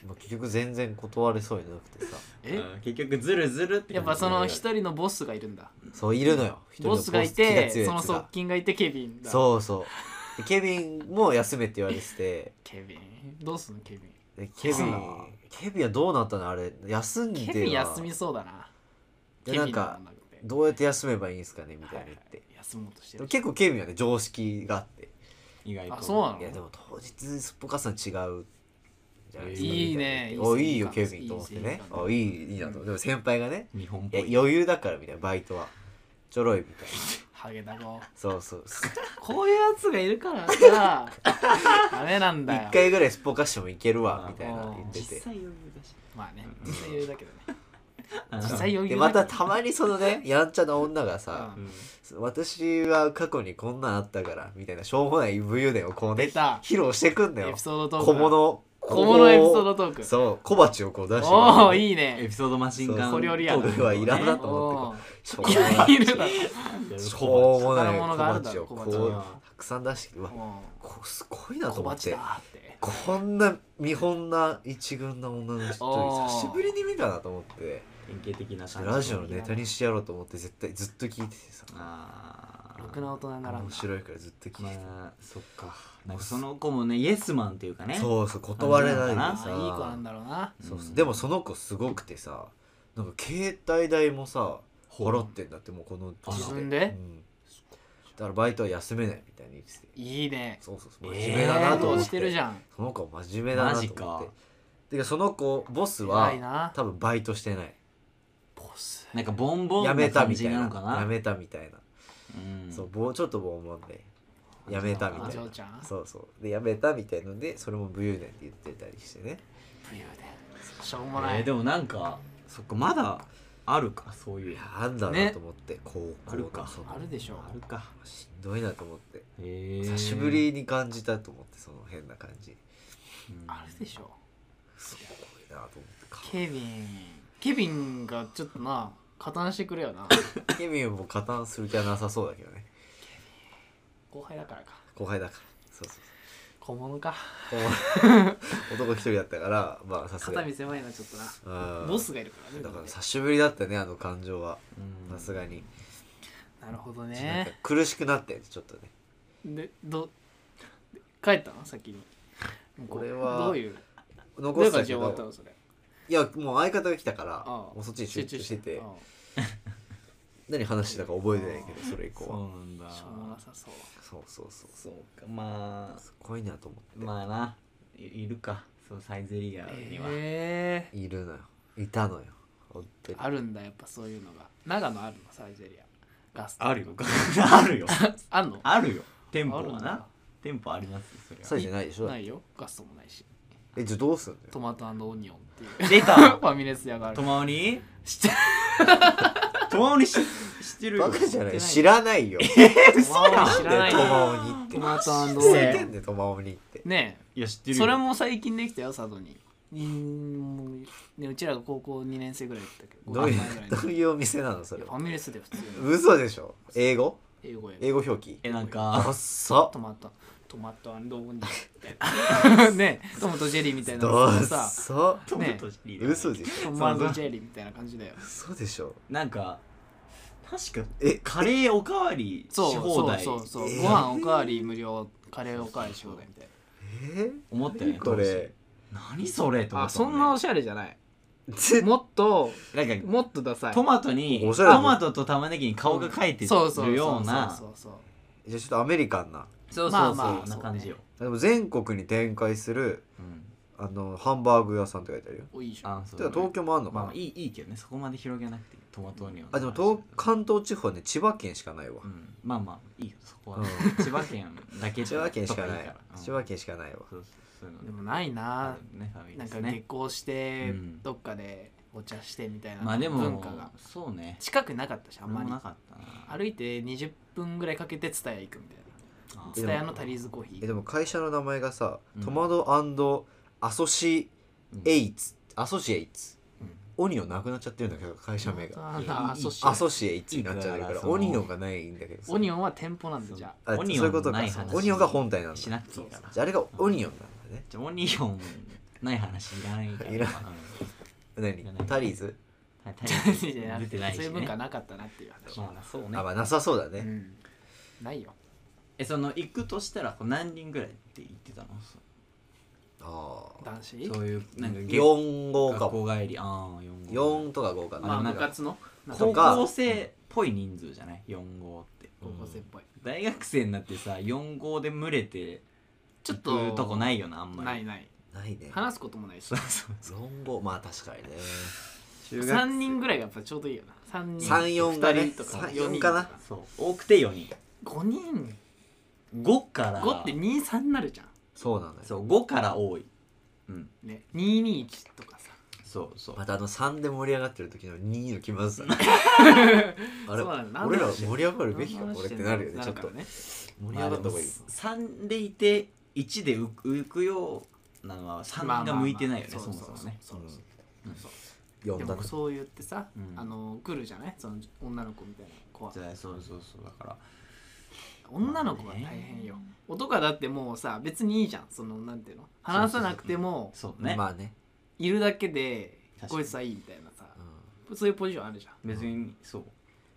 まあ結局全然断れそうになくてさえうん結局ズルズルってやっぱその一人のボスがいるんだそういるのよ一人のボスがい気強いやてつがその側近がいてケビンだそうそうでケビンも休めって言われててケビンどうすんのケビンでケビそうンなのケビンはどうなったのあれ休んでケビンは休みそうだなでなんかケビンのどうやって休めばいいんですかねみ女の子たいはない言っはて、い休もうとしてでもる結構ケビンはね常識があって意外とあそうなのいやでも当日すっぽかさん違うじゃないですかいいみねたいなあいいよいいケ生活ビンと思っていねい生活あいいいいなとでも先輩がね日本っいぽやい余裕だからみたいなバイトはちょろいみたいなハゲだろそうそうこういうやつがいるからさダメなん だよ1回ぐらいすっぽかしてもいけるわみたいなあ言ってて際余裕だしまあね実際余裕だけどねうん実際余で裕まだけどたたまにその ねやんちゃな女がさうん私は過去にこんなんあったからみたいなしょうもない武勇伝をこうね出た披露してくんだエよピソードトーク小物小物エピソードトークそう小鉢をこう出しておおいいエねピソードマシンガン小料理屋トークはいらんなと思おしょうもなーいいるだろしょう小もない宝物小があるだ鉢をろこ小う鉢はたくさん出してうわもこすごいうなと小思っ鉢てだってこんな見本な一軍の女の人おー久しぶりに見たなと思って典型的な感じラジオのネタにしてやろうと思って絶対ずっと聞いててさあろくあな大人ならん面な白いからずっと聞いててまあそっかなんかその子もねイエスマンっていうかねそうそう断れないであさーいい子なんだろうなそうそううんでもその子すごくてさなんか携帯代もさほう払ってんだってもうこの年自分でうん、だからバイトは休めないみたいに言ってていいねそうそうそうえー真面目だなとど思うっ,、しててるじゃんその子真面目だなと思マジかっててかその子ボス偉いはな多分バイトしてないボスなんかボンボンやめなた感みたじいななのかなやめたみたいな、うんそうぼうちょっとボンボンでやめたみおたい嬢なちゃんそうそうでやめたみたいのでそれも武勇伝って言ってたりしてね武勇伝しょうもなえいーでもなんかそっかまだあるかそういいうやあんだなと思って、こうあるかそうあるでしょあるかしんどいなと思ってへえ久しぶりに感じたと思ってその変な感じあるでしょすごいなと思ってかケビンケビンがちょっとな加担してくれ よなケミンも加担する気はなさそうだけどね後輩だからか後輩だからそうそう小物かそう 男一人だったからまあさすが肩身に狭いなちょっとなうんボスがいるからねだから久しぶりだったねあの感情はさすがに、なるほどなんかね苦しくなってちょっとねでど帰ったの先にこれはどういうどう残いうした感けじで終わったのどそれいやもう相方が来たからああもうそっちに集中しててうん何話してたか覚えてないけどそれ以降そはうなんだしょうもなさそうそうそうそうそうかまあすごいなと思って、まあないいるかそうサイゼリアには、えいるのよいたのよ本当ーにあるんだやっぱそういうのが長野あるのサイゼリアガストあるよ あるよ あんのあるよ店舗あるはんだな店舗ありますよそれサはイじゃないでしょないよガストもないしえじゃあどうすんのよトマトオニオンっていう 出フたァミレス屋があるとまおに知 ってるとまおにし知ってるよバカじゃな知っていない知らないよトマオニ知らななんでいトマオニってトマト知オらニれてんでトマオニってねいや知ってえるよそれも最近できたよ佐渡にうんもうねうちらが高校2年生ぐらいだったけどどうい五年前ぐらうい どういうお店なのそいれやフはァミレスで普通に嘘でしょ英語英語や英語表記えなんあかっさトマトトマトオニオンみたいなねえトマトジェリーみたいなどのっささトマトリーダー嘘でしトょマトジェリーみたいな感じだよ嘘でしょなんか確かえカレーおかわりしそう放そう題そうそうえーご飯おかわり無料カレーおかわりし放題みたいなえ思ったよねこれ当時何それと思あったそもんんねなおしゃれじゃないぜもっとなんかもっとダサいトマトにおしゃれだトマトと玉ねぎに顔が描いてそうそうるようなそうそうそうじゃあちょっとアメリカンなそうそうそう、まあまあそんな感じよ、でも全国に展開するうん、あのハンバーグ屋さんって書いてあるよおいいじゃんあそうてか東京もあんのかまな、あまあいいいいけどねそこまで広げなくていいトマトにはあでも東関東地方はね千葉県しかないわ、うん、まあまあいいよそこは、うん千葉県だけ千葉県しかないとからうん千葉県しかないわそうそうそういうのでもないあなるねファミレなんスかね結婚してうんどっかでお茶してみたいなまあでも文化がそうね近くなかったしあんま俺りもなかったな歩いて20分ぐらいかけて蔦屋行くみたいあなでも蔦屋のタリーズコーヒえーでも会社の名前がさ、うんトマトアソシエイツアソシエイツ、オニオンなくなっちゃってるんだけど会社名があいいあいいそしアソシエイツになっちゃってるかいいらからオニオンがないんだけどさオニオンは店舗なんだじゃああオニオンそういうことかない話オニオンが本体なんだしじゃなくていいからああれがオニオンなんだねじゃあオニオンない話いらないから いらうん何じゃないタリーズはいじゃ大あじゃ変あ出てないし、そう いね、う文化なかったなっていう話まあそうねあまあなさそうだうね、んないよえその行くとしたらこう何人ぐらいって言ってたのそああ男子うそういうなんか業4号か学も校帰りああ4号4とか5かまなあなん部か活のなんかと高か校生っぽい人数じゃない4号って高校生っぽい大学生になってさ4号で群れてちょっ行とくとこないよなあんまりないないないね話すこともないしそうそう4号まあ確かにね中学生3人ぐらいがやっぱちょうどいいよな3人34がね二人とか34 4人かなそう多くて4人5人5から5って23になるじゃんそうなのよそう5から多いうんね221とかさそうそうまたあの3で盛り上がってる時の2の気まずさあれそうなのなんで俺ら盛り上がるべきか何このれっ話してんのなるよねちょっかとらね盛り上がった方がいい3でいて1で浮く浮くようなのは3が向いてないよねまあまそあもまあそもねそうそうそううん4でだねもそう言ってさ、うんあの来るじゃないその女の子みたいな子はじゃあそうそうそうだから女の子は大変よ、男はだってもうさ別にいいじゃんそのなんていうの話さなくてもそうねまあねいるだけで確かにこいつはいいみたいなさうんそういうポジションあるじゃん別にそ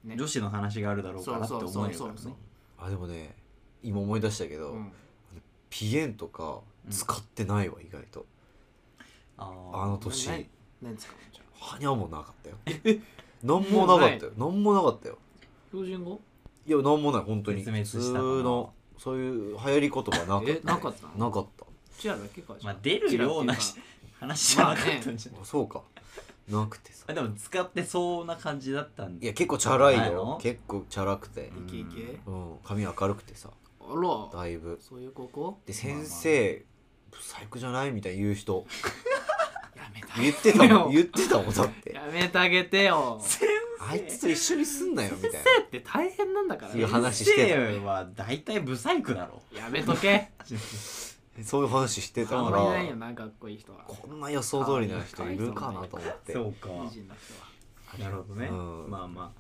うね女子の話があるだろうからってそう思そうそうえるからねそうあでもね今思い出したけど、うんピエンとか使ってないわ、意外とああのー年ない何ですかじゃあはにゃもなかったよなんもなかったよなんもなかったよ標準語いやなんもない本当に絶滅普した通のそういう流行り言葉なかった、えなかったのなかったチアだけかじゃまああ出るようなうちらってい話じゃなかったんじゃないあそうかなくてさあでも使ってそうな感じだったんいでや結構チャラないいよの結構チャラくてうかイケイケうん髪明るくてさあらだいぶそういう高校で先生最悪じゃないみたいに言う人やめた言ってたもん言ってたもんだってやめてあげてよ先あいつと一緒にすんなよみたい先生って大変なんだからいうね話してた生は大体ブサイクだろやめとけなそういう話してたあかんまらりないよなかっこいい人はこんな予想通りな人いるかなと思ってそうか美人な人はなるほどねうんまあま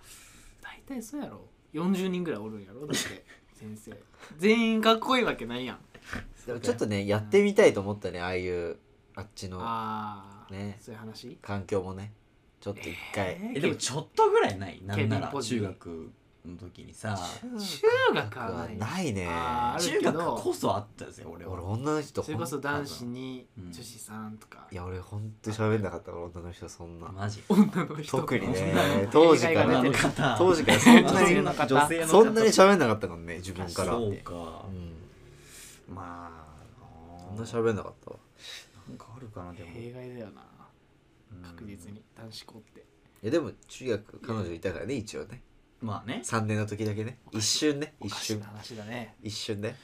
大体そうやろ40人ぐらいおるんやろだって先生 全員かっこいいわけないやんでもちょっとねやってみたいと思ったねああいうあっちのああ、ねそういう話環境もねちょっと一回えあーえでもちょっとぐらいないなんなケビンらポジ中学の時にさ中学はないないねあーある中けど学こそあったぜ俺俺は女の人それこそ男子にうん女子さんとか、いや俺ほんと喋んなかったから女の人そんなマジ女の人特に女の ね人当時か女らの方当時からそんな女性にの方女性の方そんなに喋んなかったからね自分からそううかんまあそんな喋んなかったわなんかあるかなでも弊害だよなうん確実に男子校っていやでも中学彼女いたからね一応ねまあね3年の時だけね一瞬ねお一かし瞬な話だね一瞬ね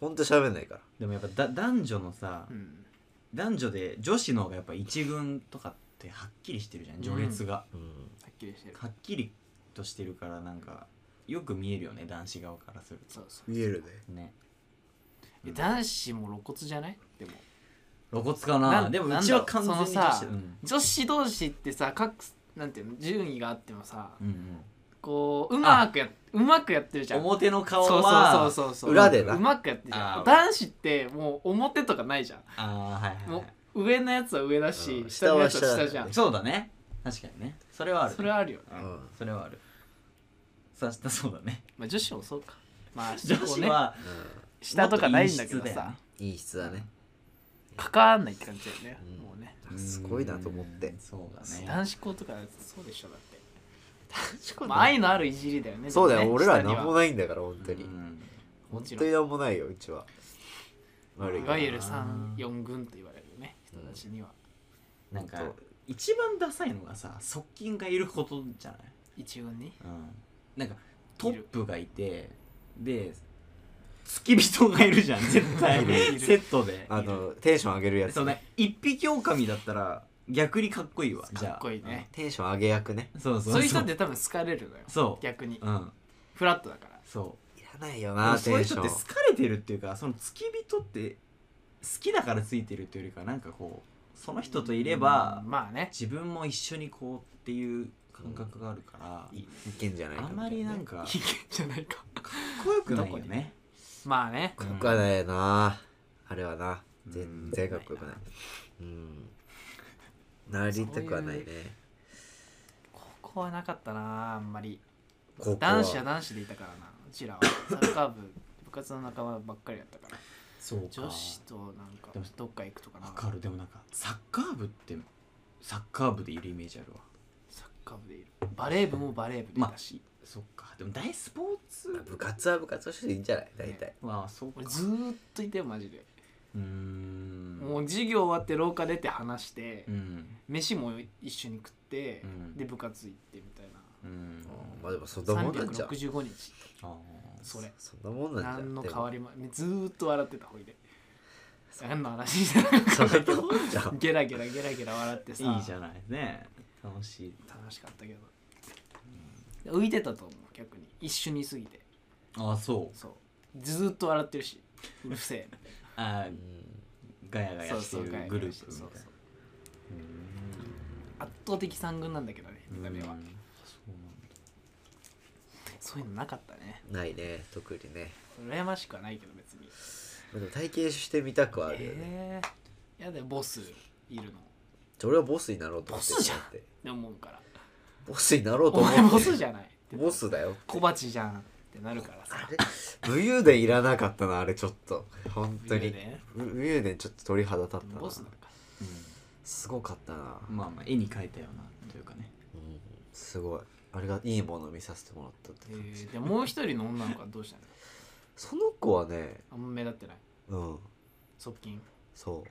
ほんと喋んないからでもやっぱだ男女のさうん男女で女子の方がやっぱ一軍とかってはっきりしてるじゃん序列がうんはっきりしてるはっきりとしてるからなんかよく見えるよね男子側からするそうそう見えるねとねえ男子も露骨じゃないでも露骨かななんでもなうんちだろは完全にその女さ子だうん女子同士ってさ各なんていうの順位があってもさうんうんこううまくやうまくやってるじゃん表の顔そうはそうそうそうそう裏でなうまくやってるじゃあんー男子ってもう表とかないじゃんああはいはいもはいう上のやつは上だし、うん下のやつは下は下だ下ねじゃんそうだね確かにねそれはあるそれはあるよね、ううんんそれはあるさしたそうだねまあ、女子もそうかまあ女子はこうね下とかないんだけどもっと陰湿だよさねいい質だね関わんないって感じだよね、うんもうねすごいなと思っうてんそうだね男子校とかそうでしょだってまあ愛のあるいじりだよねそうだよ俺らななんもないんだから本当にうんも本ち当ろんになんもないようちは悪いいからわゆる34軍と言われるね人たちにはなんか本一番ダサいのがさ側近がいることじゃない、一軍にうん、なんかトップがいてで付き人がいるじゃん絶対いるセットであのテンション上げるやつそうね一匹狼だったら逆にかっこいいわじゃあかっこいいねテンション上げ役ねそうそうそういう人っでて多分好かれるのよそう逆にうんフラットだからそういらないよなそうテいうンショ人ってン好かれてるっていうかその付き人って好きだからついてるっていうよりかなんかこうその人といればうんまあね自分も一緒にこうっていう感覚があるから、いいけんじゃないかあんまりなんかかいけんじゃないかっこよくないよねまあねかっこよくないよなあれはなうん全然かっこよくないうんなりたくはないねここはなかったなあんまりここは男子は男子でいたからなうちらはサッカー部部活の仲間ばっかりだったからそうか女子となんかでもどっか行くとかなわかるでもなんかサッカー部ってサッカー部でいるイメージあるわサッカー部でいるバレー部もバレー部でいたし、そっかでも大スポーツ部活は部活としていいんじゃない大体はそうか俺ずーっといてよマジで、うーんもう授業終わって廊下出て話して、うん飯も一緒に食って、うんで部活行ってみたいなうんうんまあでもそんなもんなんじゃん365日あーそれそんなもんなんじゃん何のでも変わりもずーっと笑ってたほいで何の話してたの かそん分かんないけなどもんじゃ んゲラゲラゲラゲラ笑ってさいいじゃないね楽しい楽しかったけど、浮いてたと思う逆に一緒にいすぎてああそうそうずーっと笑ってるしうるせ えあうーんガヤガヤしてそうそうガヤガるヤグルしーてプみそたいうなそうう圧倒的三軍なんだけどね見たーん目そうはなそういうのなかったねないね特にね羨ましくはないけど別にでも体型してみたくはあるよねええやだよボスいるの俺はボスになろうと思ってボスじゃんだってって思うからボスになろうとお思っ前てボスじゃないってボスだよ小鉢じゃんってなるからさあれ武勇伝いらなかったなあれちょっと本当にね武武勇伝ちょっと鳥肌立っボスたななんかすごかったな、うんまあまあ絵に描いたようなというかねうん、すごいあれがいいものを見させてもらったってえ感じ、ーでもう一人の女の子はどうしたのその子はね あんま目立ってないうん側近そう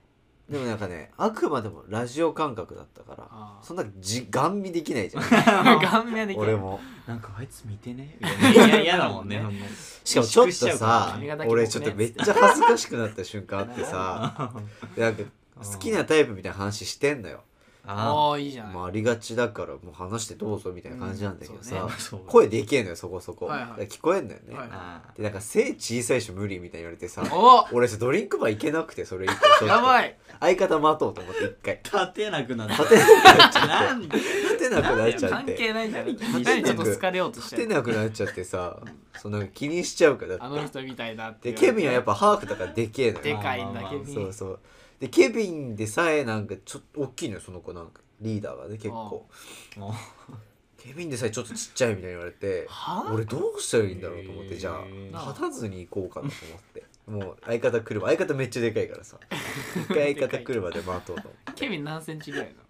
でもなんかねあくまでもラジオ感覚だったからあそんなじガン見できない じゃんあ顔面はでき俺るもなんかあいつ見てねいいややいいやや嫌嫌だだももんん ねねしかもちょっと萎縮しちゃうさからね俺ちょっとめっちゃ恥ずかしくなった瞬間あって さなんか好きなタイプみたいな話してんのよあああいいじゃない、まあ、ありがちだからもう話してどうぞみたいな感じなんだけどうんさ、そうあそう声でけえのよそこそこ、はいはいだから聞こえんのよね、はいあでなんか背小さいし無理みたいに言われ てさお俺さドリンクバー行けなくてそれ以降やばいい相方待とうと思って一 回 ー立てなくなった 立てなくなっちゃっなんでて立てなくなっちゃっ関て係ないんだよ何何ちょっと好かれようとし立ててるなくなっちゃってさその気にしちゃうからだあっのて人みたいだってでケビンはやっぱハーフだからでけえのでよかいんだまあまあまあケビンそうそうでケビンでさえなんかちょっと大きいのよその子なんかリーダーがね結構もうケビンでさえちょっとちっちゃいみたいに言われては俺どうしたらいいんだろうと思って、へーじゃなああ立たずに行こうかなと思ってもう相方車相方めっちゃでかいから さ一回相方車で待とうと思ってあケビン何センチぐらいな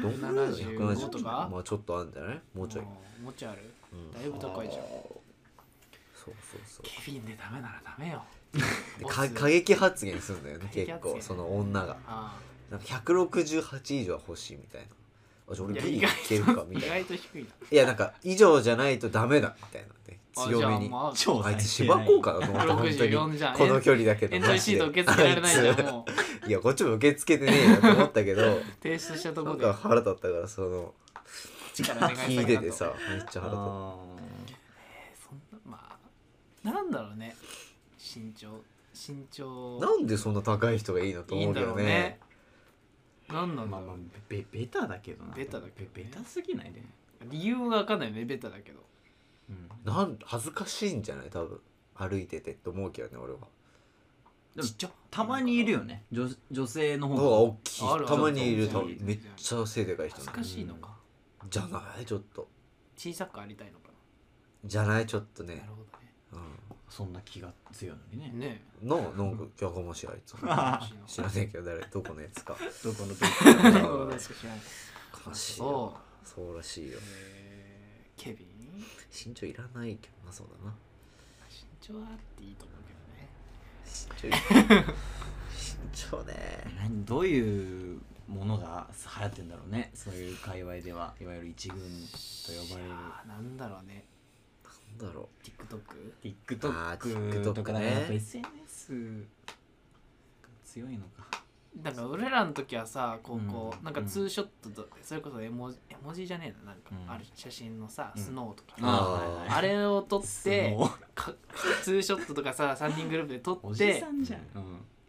どのんぐらい175とかまあちょっとあるんじゃないもうちょい、あーもうちょいあるうんだいぶ高いじゃんそうそうそうケビンでダメならダメよでボスか過激発言するんだよね過激結発言構その女があなんか168以上は欲しいみたいなあじゃあー俺いギリいやけるかみ意たいない外と低いないやなんか以上じゃないとダメだみたいなねあ強めじゃあにまあ超あいつ最低芝公かなと思って本当に64じゃんこの距離だけどエントリーシート受け付けられないじゃんあもういついやこっちも受け付けてねえよと思った けど提出したとこなろんでか腹立ったからその力願い聞いててさめっちゃ腹立っあそんなまあなんだろうね身長身長たなんでそんな高い人がいいのといい思んうけだろどうねねなんなーんだまあろう、まあベベタだけどなベタだけどねベベタすぎないでも理由が分かんないよねベタだけどうんなん恥ずかしいんじゃない多分歩いててって思うけどね俺はでもちっちゃたまにいるよね女女性の方のがが大きいあるたまにいるある多分めっちゃ背でかい人な恥ずのかしいのかじゃないちょっと小さくありたいのかじゃないちょっとななねるほどうそんな気が強いのにねねね んのなんかやかましいあいつえ知らねえけど誰どこのやつかどこのえどどうですか知らない悲しいそようそうらしいよえーケビン身長いらないけどなそうだな身ちょはっていいと思うけどね慎 重ね何どういうものが流行ってんだろうねそういう界隈ではいわゆる一軍と呼ばれるあーなんだろうねなんだろ TikTok? あー TikTok TikTok とかねやっぱ SNS が強いのかなんか俺らの時はさ高校、うんなんかツーショットとそれこそ絵文字絵文字じゃねえななんか、うんある写真のさ、うんスノーとかあさ、ーあれを撮ってもかツーショットとかさ3人グループで撮うおっじてさんじゃん、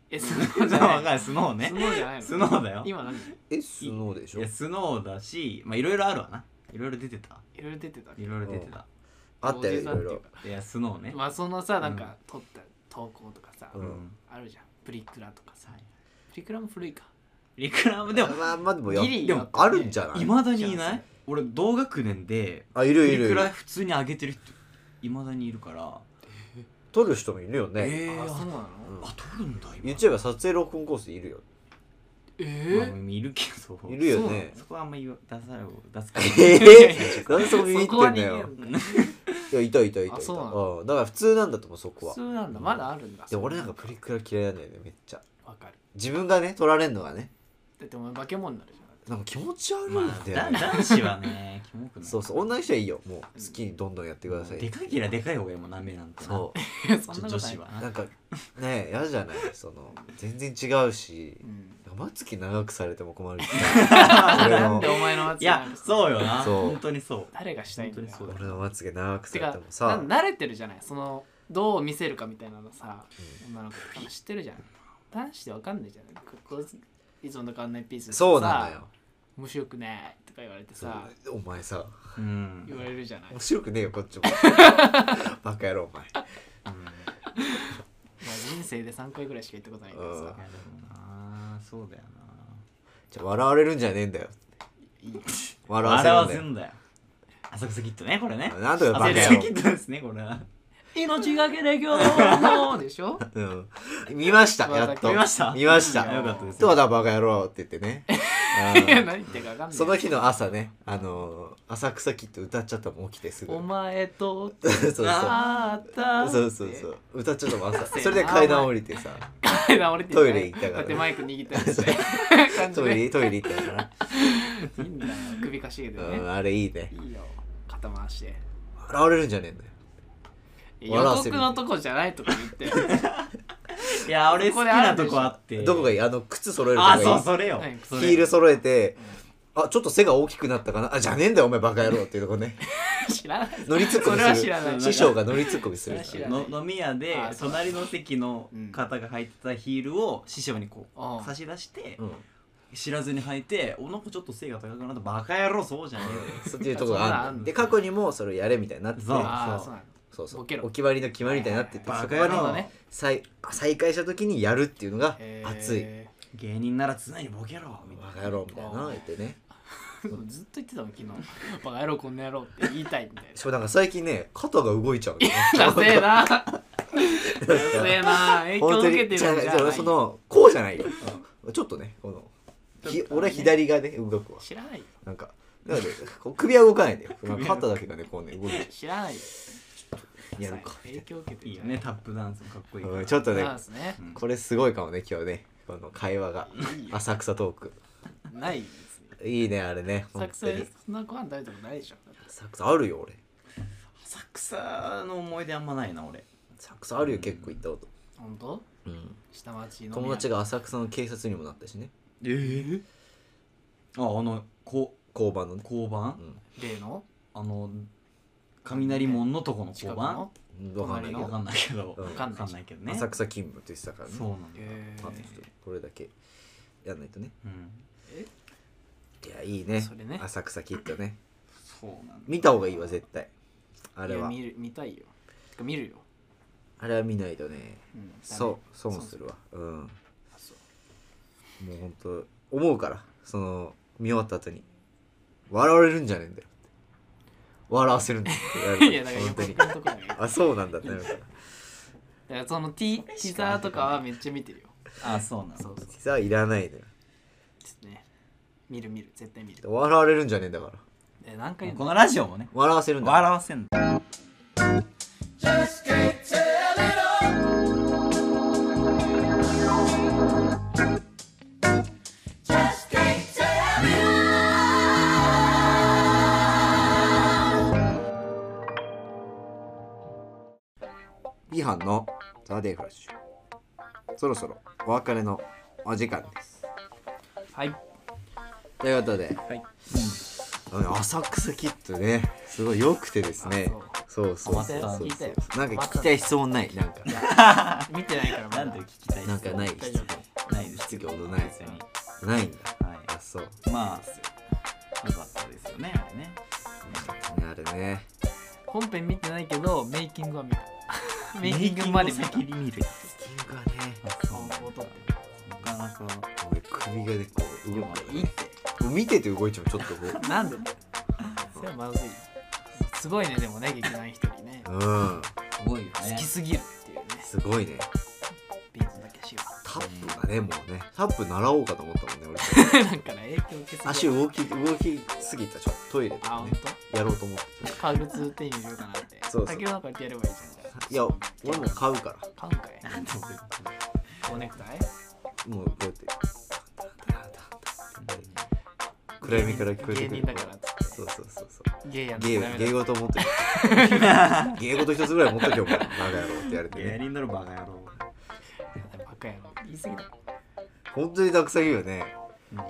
えスうノーん、 じじゃゃあなわいかるスノースねノーじゃないのスノーだよ今何うえスノーでしいょやスノーだしまあいろいろあるわないろいろ出てたいろいろ出てたっけいろいろ出てたあったよおいじさんろいっていうろかいやスノーね、まあそのさなんうんか撮った投稿とかさ、うんあるじゃんプリクラとかさはいプリクラも古いかリクラムでもまあまあでもやギリでもあるんじゃないいまだにいない俺同学年であいるいいるいくらる普通に上げてる人いまだにいるから撮る人もいるよね、えーあそうなの、うんあ撮るんだ今 YouTube は撮影録音コースいるよえまあいるけどいるよねそこはあんまり出さない出すかえー、なんでそこビビっそこてんだは逃げよんのいやいたいたいたいたあそうなうん、だから普通なんだと思うそこ普は通なんだまだあるんだでも俺なんかプリクラ嫌いなんだよねめっちゃラわかる自分がね撮られるのがねだってお前化け物になるじゃんだってなんか気持ち悪いんまあだよだね、男子はねキモくないそうそう女の人はいいよもう好きにどんどんやってくださいでかいきらでかい方がいいもんなめなんてなそい やそんなことない女子はうなんかね嫌じゃないその全然違うしうんなんかまつき長くされても困るし俺なんのでお前のやついやそうよよなそう本当にそう誰がしたいんだよ本当にそう俺のまつげ長くさてれかてもなさ慣れてるじゃないそのどう見せるかみたいなのさ女の子とか知ってるじゃん男子でわかんないじゃないここいつもと変わんないピースそうなんだよ面白くないとか言われてそうさお前さうん言われるじゃない面白くねえよこっ ちもバカ野郎お前うんまあ人生で3回ぐらいしか言ったことないけどうんさいやでもなそうだよじゃあ笑われるんじゃねえんだよいいな笑笑わわせせるんんだよ浅草キットねこれねだよなんとかバカ浅野草郎キットですねこれは命がけで今日もでしょうん見ましたやっと見ました見ましいやたよかったですどようだバカ野郎って言ってねいやうん何言ってるかわかんないその日の朝ねあのー浅草キッド歌っちゃったもん起きてすぐお前とそうそうあったそうそうそう歌っちゃったもんせ朝えなそれで階段降りてさ階段降りてトイレ行ったからこうやってマイク握ったりして感じトイでレトイレ行ったからいいんだよ首かしげてう ねんあれいいねいいよ肩回して笑われるんじゃねえんだよ予笑わせ告るのとこじゃないとか 言っていや俺好きなとこあってどこがいいいあの靴揃えるとあこそうがそれよはいいそいれヒール揃えてあちょっと背が大きくなったかなあじゃねえんだよお前バカ野郎っていうとこね知らない乗りツッコミそれはす知らなるい師匠が乗りツッコミするそれは知らないの飲み屋であそう隣の席の方が履いてたヒールを師匠にこあう差し出してうん知らずに履いて「おの子ちょっと背が高くなったバカ野郎そうじゃねえよそうっていうとこがあそんなのあんるので過去にもそれやれみたいになっててそうああそうなのそうそうボケろお決まりの決まりみたいになっててはいそはこはいはいバカ野郎ね再再開した時にやるっていうのがへー熱い芸人なら常にボケろ」みたバいカ野郎みたいな言ってねずっと言ってたの昨日 「バカ野郎こんな野郎」って言いたいみたいしかもなんか最近ね肩が動いちゃうねなダセえななダんかセえな影 響本当受にけてるんじじゃゃあなじいゃあそのこうじゃないよちょっとねこのひちょっとね俺は左がね動くわ知らないよなんかなのでこう首は動かないんだよ首は肩だけがねこうね動いて知らないよやるか影響受けてるないいよねタップダンスもかっこいいからうんちょっとねなんすねうんこれすごいかもね今日ねこの会話がいいよ浅草トークないですねいいねあれね浅本草当でにそんなご飯食べたことないでしょ浅草あるよ俺浅草の思い出あんまないな俺浅草あるよ結構行ったこと、本当うん、下町の友達が浅草の警察にもなったしねええああのこ交番のね、交う番ん例のあの雷門のとこの近交く番のうん、わかんないけわかどんないけどうんわかんないけどね浅草勤務って言ってたからねそうなんだえまあちょっとこれだけやんないとねうんえいやいいねそれね浅草キッドねそうなんだ見た方がいいわ絶対ああれは見る見たいよてか見るよ、あれは見ないとねうん、そう損するわうんもうほんと思うからその見終わった後に笑われるんじゃねえんだよって笑わせるんだよってダメ 言 いやわだれるか本当にら横に行くとこだよだかあそうなんだってなるかららその T ティザーとかはめっちゃ見てるよあそうなんだそうそう実はいらないのよですね見る見る絶対見る笑われるんじゃねえんだからえ何回このラジオもね笑わせるんだから笑わせんだ Just can't tell 飯のザ・デイ・フラッシュそろそろお別れのお時間ですはいということで、はい浅草キッドねすごい良くてですねそうそうそうあそう待ってよ聞いたなんか聞きたい質問ないなんか見てないからまだなんで聞きたいですなんかない質ないです質疑応答ないです別に問ないんだはあそうよいまあよかったですよねあれねかったねあれね本編見てないけどメイキングは見たメイキングまで見メイたキングを先に見るキングはねあそうあ音ってなかなか俺首がねこう動くいいっもう見てて動いちゃうちょっとこうなんでそれはまずいすごいねでもね劇団一人ねうんすごいよね好きすぎるっていうねすごいねビーズだけしよタップがねもうねタップ習おうかと思ったもんねうなんかね影響受けすぎる俺足動き動きすぎたちょっとトイレとあか本ねやろうと思って当革靴手に入れようかなってそうそう竹なんかってやればいいじゃんじゃあいや俺もう買うから買うんか いなんで俺言ってるおネクタイもうこうやって暗闇から聞こえてく芸る人だからっつってそうそうそうそう芸やんな芸きゃダメだ芸事持ってる 芸事一つぐらい持っとけよお前バカ野郎って言われて芸ね人ならバカ野郎バカやろ言い過ぎだ本当にたくさん言うよね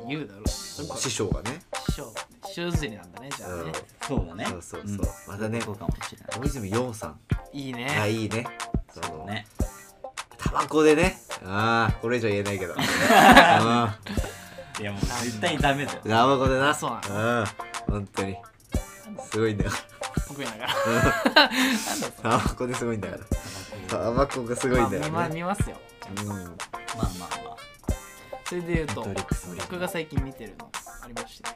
言うだろ師匠がね師匠師匠りなんだねじゃあねそうだうねんそうそうそう、んまたねそうかもしれない大泉洋さんいいねあいいねそそのうねタバコでねああこれ以上言え ないけどうんタいやもう絶対ダメだよバコでなあそうなうん本当にすごいんだよ得意ながらタバコですごいんだからタバコがすごいんだよね、まあ見ま見ますようんまあまあまあそれで言うとネットフリックス僕が最近見てるのありましてね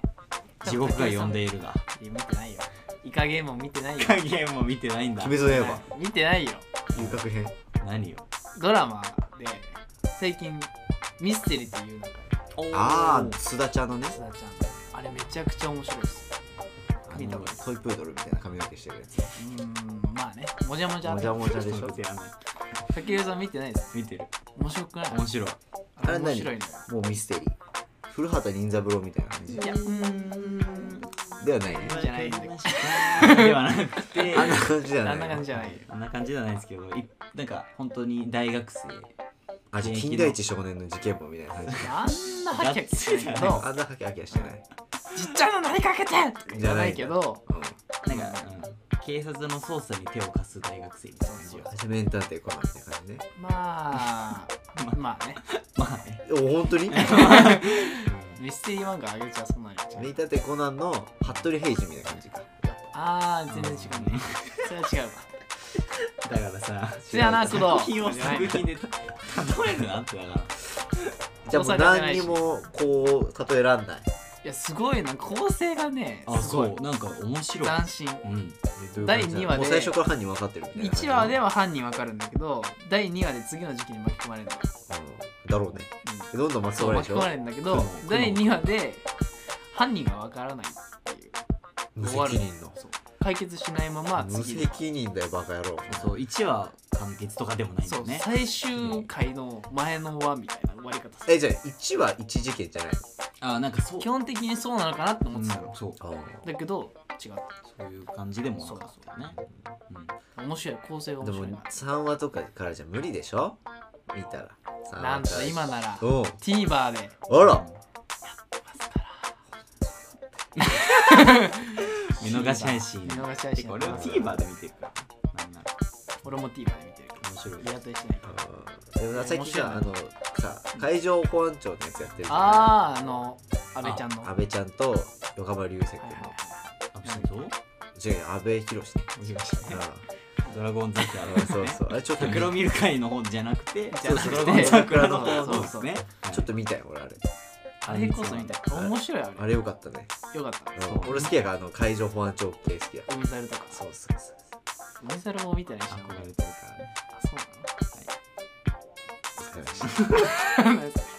地獄が呼んでいるがいや見てないよイカゲームも見てないよ影も見てないんだ鬼滅の刃見てないよ遊郭編何よドラマで最近ミステリーっていうなんかああ須田ちゃんのね津田ちゃんあれめちゃくちゃ面白いですあの見たことないトイプードルみたいな髪の毛してるやつうーんまあねもじゃもじゃもじゃもじゃでしちょっょとやらない竹内さん見てないです見てる面白くない面白いあれあれ何面白いのよもうミステリー古畑任三郎みたいな感じいやうーんではないねじゃないんだけど ではなくてあんな感じではないあんな感じじゃないよあんな感じじゃないですけどいなんか本当に大学生あじゃあ現役金の田一少年の事件簿みたいな感じあんなハキハキしないけど あんなハキハキはしてないちっちゃいの何かけてとか言わないけどうんなんか、うん警察の捜査に手を貸す大学生みたいな感じよ初めに探偵コナンみたいな感じねまあまあねまあねお本当 にミステリー漫画あげちゃそんなに名探偵コナンの服部平次みたいな感じかあー全然違うねそれは違うわだからさそれはな工藤作品を作品で例 えるなってだからじゃあもう何にもこう例えらんないいやすごいな構成がねあすごそいうなんか面白い斬新うん第二話でもう最初から犯人分かってるみたいな感じ1話では犯人わかるんだけど第2話で次の時期に巻き込まれるんだよ、うんだろうねうんどんどん巻き込そうまれるでし巻き込ょまれるんだけど雲雲第2話で犯人がわからないっていう無終わる責任のそう解決しないまま無次の責任だよバカ野郎そう1話完結とかでもないんだそよう、ね最終回の前の輪みたいな終わり方すえるじゃあ1は1事件じゃないあなんかそう基本的にそうなのかなって思ってたうのん、そうのだけど違うそういう感じでもなかったよねうん面白い構成がで面も白いな3話とかからじゃ無理でしょ見たら3話なんとから今ならおう TVer であら 見逃し配信見逃し配信てか俺は TVer で見てるからなんなら俺も TVer で見てるけ面白いどリアタイしてないうんでも最近さあのさ海上保安庁のやつやってるじゃんあーあの阿部ちゃんの安倍ちゃんと横浜流星君はいはいはのあそう違うよ安倍博士ね面白いしたねあドラゴン桜のあそうそうあれちょっと見桜を見る会の方じゃなくてじゃなくてドラゴン桜の方のですねちょっと見たよ俺あれいあれこそみたいあれ面白いああれれよかったねよかったうん俺好きやからあの海上保安庁系好きや海猿とかそうそうそう海猿も見てないしな憧俺れてあるそおう疲れ様でしたなの